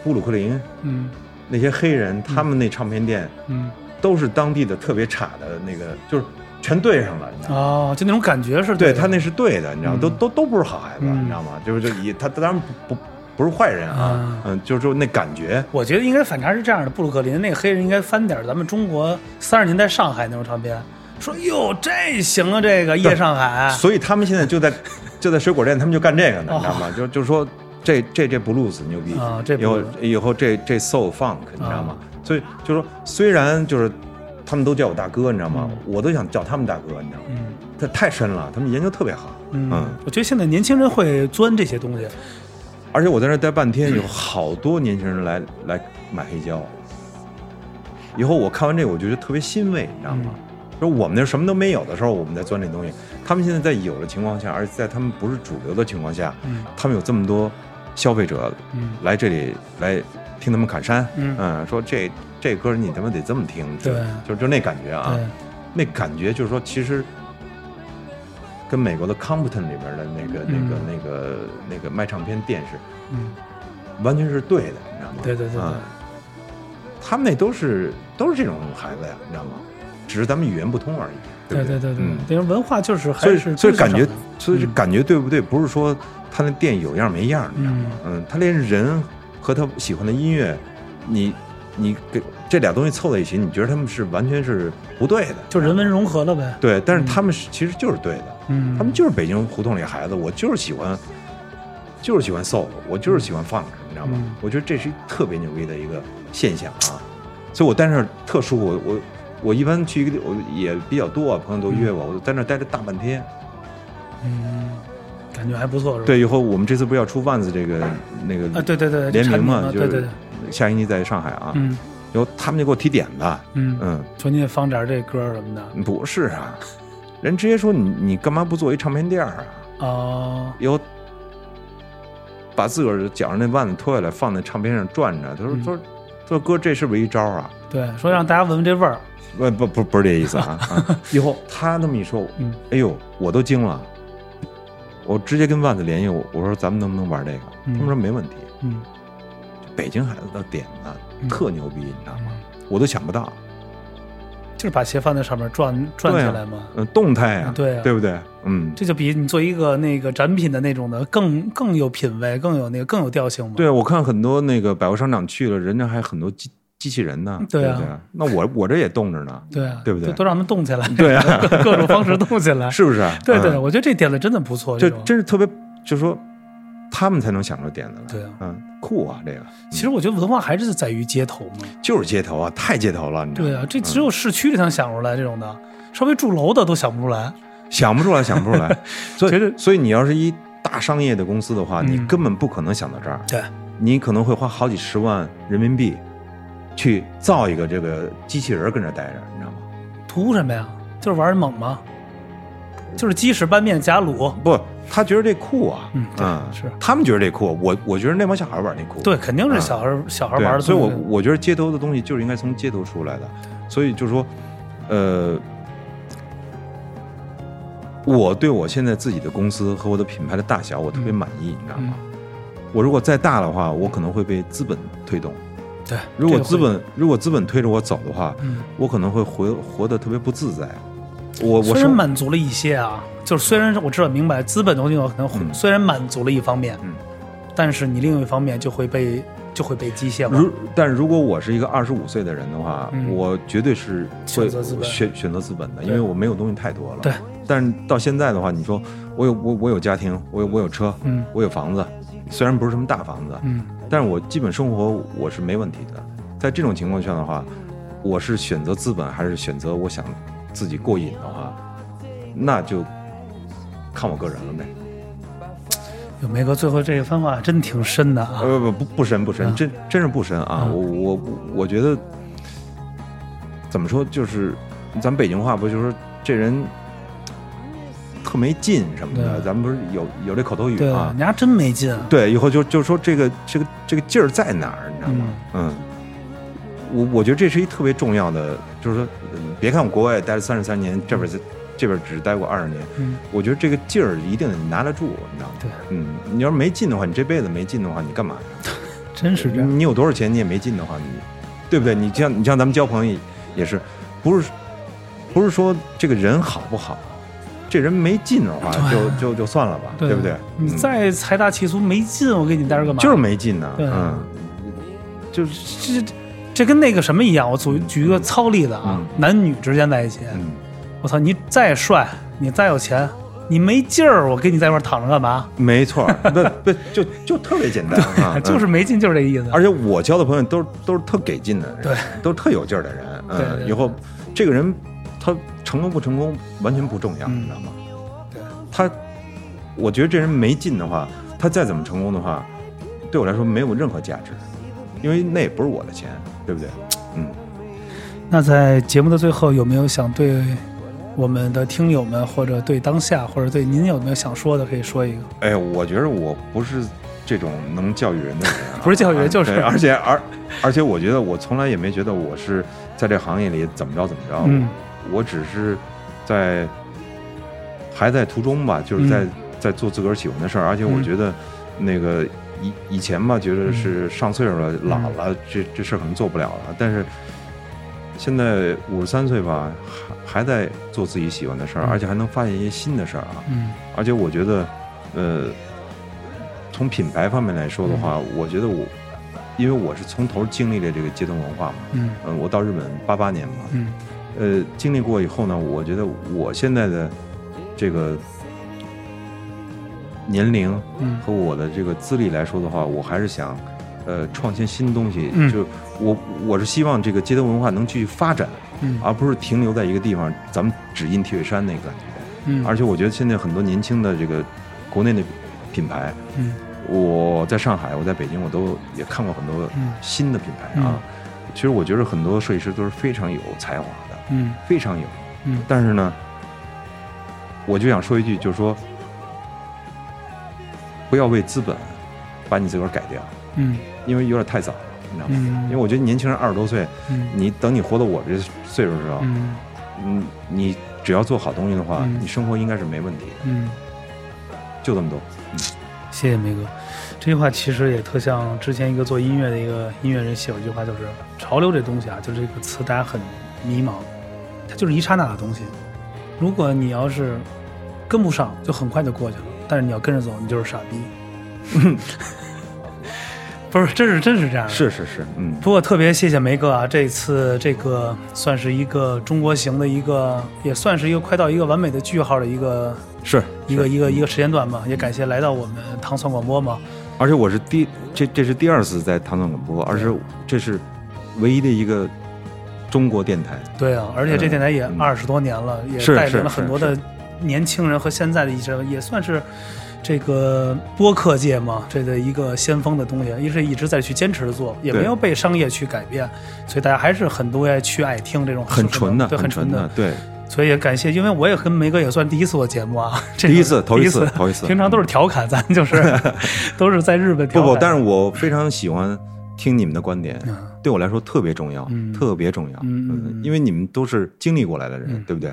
布鲁克林嗯那些黑人，他们那唱片店嗯都是当地的特别差的那个，就是全对上了，你知道吗？啊，就那种感觉是对的他那是对的，你知道吗？嗯都都都不是好孩子，嗯你知道吗？就是就以他他当然不不不是坏人啊啊，嗯，就是说那感觉，我觉得应该反差是这样的，布鲁克林那个黑人应该翻点儿咱们中国三十年代上海那种唱片，说哟这行啊，这个夜上海，所以他们现 在就在就在水果店，他们就干这个呢，你知道吗？就就是说这这这 blues 牛逼哦啊这啊以后 blues 以后这这 soul funk 你知道吗？所以就是说虽然就是他们都叫我大哥，你知道吗？我都想叫他们大哥，你知道吗？嗯这太深了，他们研究特别好，嗯，我觉得现在年轻人会钻这些东西，而且我在那儿待半天，有好多年轻人来来买黑胶。以后我看完这个，我就觉得特别欣慰，你知道吗？嗯说我们那什么都没有的时候，我们在钻这东西。他们现在在有的情况下，而且在他们不是主流的情况下，嗯他们有这么多消费者嗯来这里来听他们砍山，嗯说这这歌你他妈得这么听，对就就那感觉啊，嗯对，那感觉就是说，其实跟美国的 Compton 里边的那个、那个嗯那个那个卖唱片店是嗯完全是对的，你知道吗？对对对对嗯他们那都是都是这种孩子呀，你知道吗？只是咱们语言不通而已。对对对不对对嗯，因为文化就是还所以是嗯所以根感子上的，觉所以感觉对不对？不是说他那店有样没样，你知道吗？嗯，他连人和他喜欢的音乐，你你给这俩东西凑在一起，你觉得他们是完全是不对的。就人文融合了呗。对，但是他们是其实就是对的，嗯，他们就是北京胡同里孩子，我就是喜欢，就是喜欢 soul，我就是喜欢放 u 你知道吗？嗯我觉得这是特别牛逼的一个现象啊，所以我在那儿特舒服。我我一般去一个地，我也比较多啊，朋友都约我，我在那儿待着大半天。嗯，感觉还不错是吧？对，以后我们这次不是要出万子这个那个啊，对对对，联产名品嘛，就对对是对，下星期在上海啊，嗯然后他们就给我提点子，嗯，嗯，说你也放点这歌什么的不是啊，人直接说你你干嘛不做一唱片店儿啊？哦，以后把自个儿脚上那腕子脱下来，放在唱片上转着。嗯他说：“他说，他说哥，这是不是一招啊对，说让大家闻闻这味儿，？”不不不，不是这意思啊！啊以后他那么一说嗯，哎呦，我都惊了。我直接跟腕子联系，我我说咱们能不能玩这个？他嗯们说没问题。嗯北京孩子的点子嗯特牛逼，你知道吗？嗯，我都想不到。就是把鞋放在上面转转对啊起来嘛，嗯，动态呀嗯，对啊对不对？嗯，这就比你做一个那个展品的那种的更更有品位，更有那个更有调性嘛。对，我啊看很多那个百货商场去了，人家还很多机机器人呢，对对啊不对？那我我这也动着呢，对啊，对不对都都让他们动起来，对啊，各 各种方式动起来。 是不是啊？对对，嗯我觉得这点子真的不错，这种真是特别，就说他们才能想出点子来。对啊嗯，酷啊，这个其实我觉得文化还是在于街头嘛。就是街头啊，嗯太街头了，你知道吗？对啊，这只有市区里才能想出来这种的，稍微住楼的都想不出来。想不出来，想不出 来。所觉得以，所以你要是一大商业的公司的话，嗯你根本不可能想到这儿，对，你可能会花好几十万人民币去造一个这个机器人跟这儿待着，你知道吗？图什么呀？就是玩儿猛嘛，就是鸡屎拌面夹卤，不，他觉得这酷啊，嗯对是他们觉得这酷，我我觉得那帮小孩玩儿那酷，对，肯定是嗯小孩儿、小孩儿对，玩儿的所以东我西。我觉得街头的东西就是应该从街头出来的，所以就是说，呃，我对我现在自己的公司和我的品牌的大小，我特嗯别满意，你知道吗？我如果再大的话，我可能会被资本推动。对，如果这个资会，本如果资本推着我走的话，嗯，我可能会活活得特别不自在。我我虽是然满足了一些啊，就是虽然我知道明白资本的东西，我可能会、嗯虽然满足了一方面，嗯，但是你另一方面就会被就会被机械化。如，但如果我是一个二十五岁的人的话，嗯我绝对是选会择资本选选择资本的，因对为我没有东西太多了。对。但是到现在的话，你说我有我我有家庭，我有我有车，嗯我有房子，虽然不是什么大房子，嗯，但是我基本生活我是没问题的。在这种情况下的话，我是选择资本还是选择我想自己过瘾的话，那就看我个人了呗。有梅哥最后这个番话真挺深的啊。呃不不不不深不深，啊真真是不深啊！啊我我我我觉得怎么说，就是咱们北京话不就是说这人特没劲什么的？对咱们不是有有这口头语对，吗你？还真没劲啊。对，以后就就说这个这个这个劲儿在哪儿，你知道吗？嗯，我我觉得这是一特别重要的，就是说，呃别看我国外待了三十三年，这边儿这边儿只待过二十年，嗯，我觉得这个劲儿一定得拿得住，你知道吗？对，嗯，你要是没劲的话，你这辈子没劲的话，你干嘛呀？真是这样。你有多少钱你也没进的话，你对不对？你像你像咱们交朋友也是，不是不是说这个人好不好，这人没劲的话就就就算了吧，对不对？你嗯再财大气粗没劲，我给你待着干嘛？就是没劲呢，对嗯，就是这这跟那个什么一样，我举举一个糙例子啊，男女之间在一起，嗯我操，你再帅，你再有钱，你没劲儿，我跟你在一块儿躺着干嘛？，没错儿，不不就就特别简单 啊就是嗯。没劲，就是这意思。而且我交的朋友都是都是特给劲的人，对，都是特有劲儿的人。对对嗯，对以后这个人他成功不成功完全不重要，嗯你知道吗？对他，我觉得这人没劲的话，他再怎么成功的话，对我来说没有任何价值，因为那也不是我的钱，对不对？嗯，那在节目的最后，有没有想对我们的听友们，或者对当下，或者对您有没有想说的，可以说一个？，哎呀，我觉得我不是这种能教育人的人、啊不 是教育人啊就是对而且而而且我觉得我从来也没觉得我是在这行业里怎么着怎么着，嗯我只是在还在途中吧，就是在、在做自个儿喜欢的事儿，而且我嗯觉得那个以以前吧，觉得是上岁数了、老嗯了，这这事儿可能做不了了。但是现在五十三岁吧，还还在做自己喜欢的事儿，嗯而且还能发现一些新的事儿啊。嗯而且我觉得，呃，从品牌方面来说的嗯话，我觉得我，因为我是从头经历了这个街头文化嘛，嗯嗯、我到日本八八年嘛，嗯呃，经历过以后呢，我觉得我现在的这个年龄嗯和我的这个资历来说的话，我还是想，呃，创新新东西。嗯就我我是希望这个街头文化能继续发展，嗯而不是停留在一个地方，咱们只印铁血山那个感觉。嗯，而且我觉得现在很多年轻的这个国内的品牌，嗯我在上海，我在北京，我都也看过很多嗯新的品牌啊。其实我觉得很多设计师都是非常有才华的。嗯非常有，嗯但是呢，我就想说一句，就是说，不要为资本把你自个儿改掉，嗯因为有点太早了，你知道吗？嗯，因为我觉得年轻人二十多岁，嗯你等你活到我这岁数的时候，嗯嗯，你只要做好东西的话，嗯你生活应该是没问题的，嗯。就这么多。谢谢梅哥，这句话其实也特像之前一个做音乐的一个音乐人写过一句话，就是“潮流这东西啊，就是这个词大家很迷茫，它就是一刹那的东西。如果你要是跟不上，就很快就过去了；但是你要跟着走，你就是傻逼。 不是，真是真是这样的。是是是，嗯，不过特别谢谢梅哥啊，这次这个算是一个中国行的一个，也算是一个快到一个完美的句号的一个是一个是一个一个时间段吧。也感谢来到我们糖蒜广播嘛。而且我是第这这是第二次在唐宋广播，而是这是唯一的一个中国电台。对啊，而且这电台也嗯二十多年了，也是带领了是很多的年轻人和现在的一些，也算是这个播客界嘛，这的一个先锋的东西，一是一直在去坚持的做，也对没有被商业去改变，所以大家还是很多爱去爱听这种很纯的，对，很纯的。对，所以也感谢，因为我也跟梅哥也算第一次做节目 啊，这第一次，头一一次，头一次。平常都是调侃，咱就是 都是在日本调不侃。不，但是我非常喜欢听你们的观点，嗯对我来说特别重要，嗯特别重要。嗯嗯嗯因为你们都是经历过来的人，嗯对不对？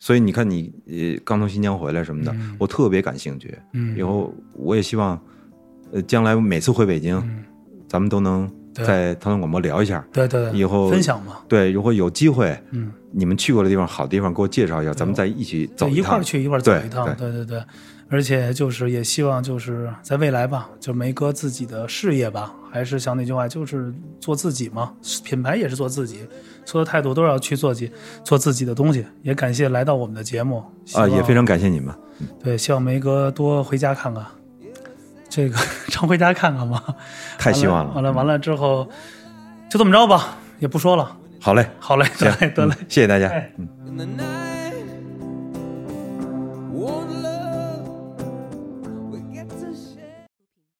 所以你看你，呃刚从新疆回来什么的，嗯我特别感兴趣。嗯以后我也希望，呃，将来每次回北京，嗯咱们都能对在唐宋广播聊一下。对对对，以后分享嘛，对，如果有机会，嗯。你们去过的地方、好地方，给我介绍一下，咱们再一起走对，一块趟儿。去一块儿走对一趟，对对对对，而且就是也希望就是在未来吧，就梅哥自己的事业吧，还是像那句话，就是做自己嘛，品牌也是做自己，所有的态度都要去做自己，做自己的东西。也感谢来到我们的节目希啊，也望非常感谢你们。对，希望梅哥多回家看看，这个 常回家看看嘛，太希望完了。嗯了完了之后，就这么着吧，也不说了，好嘞，好嘞，得嘞行得嘞。嗯谢谢大家。哎嗯 And the night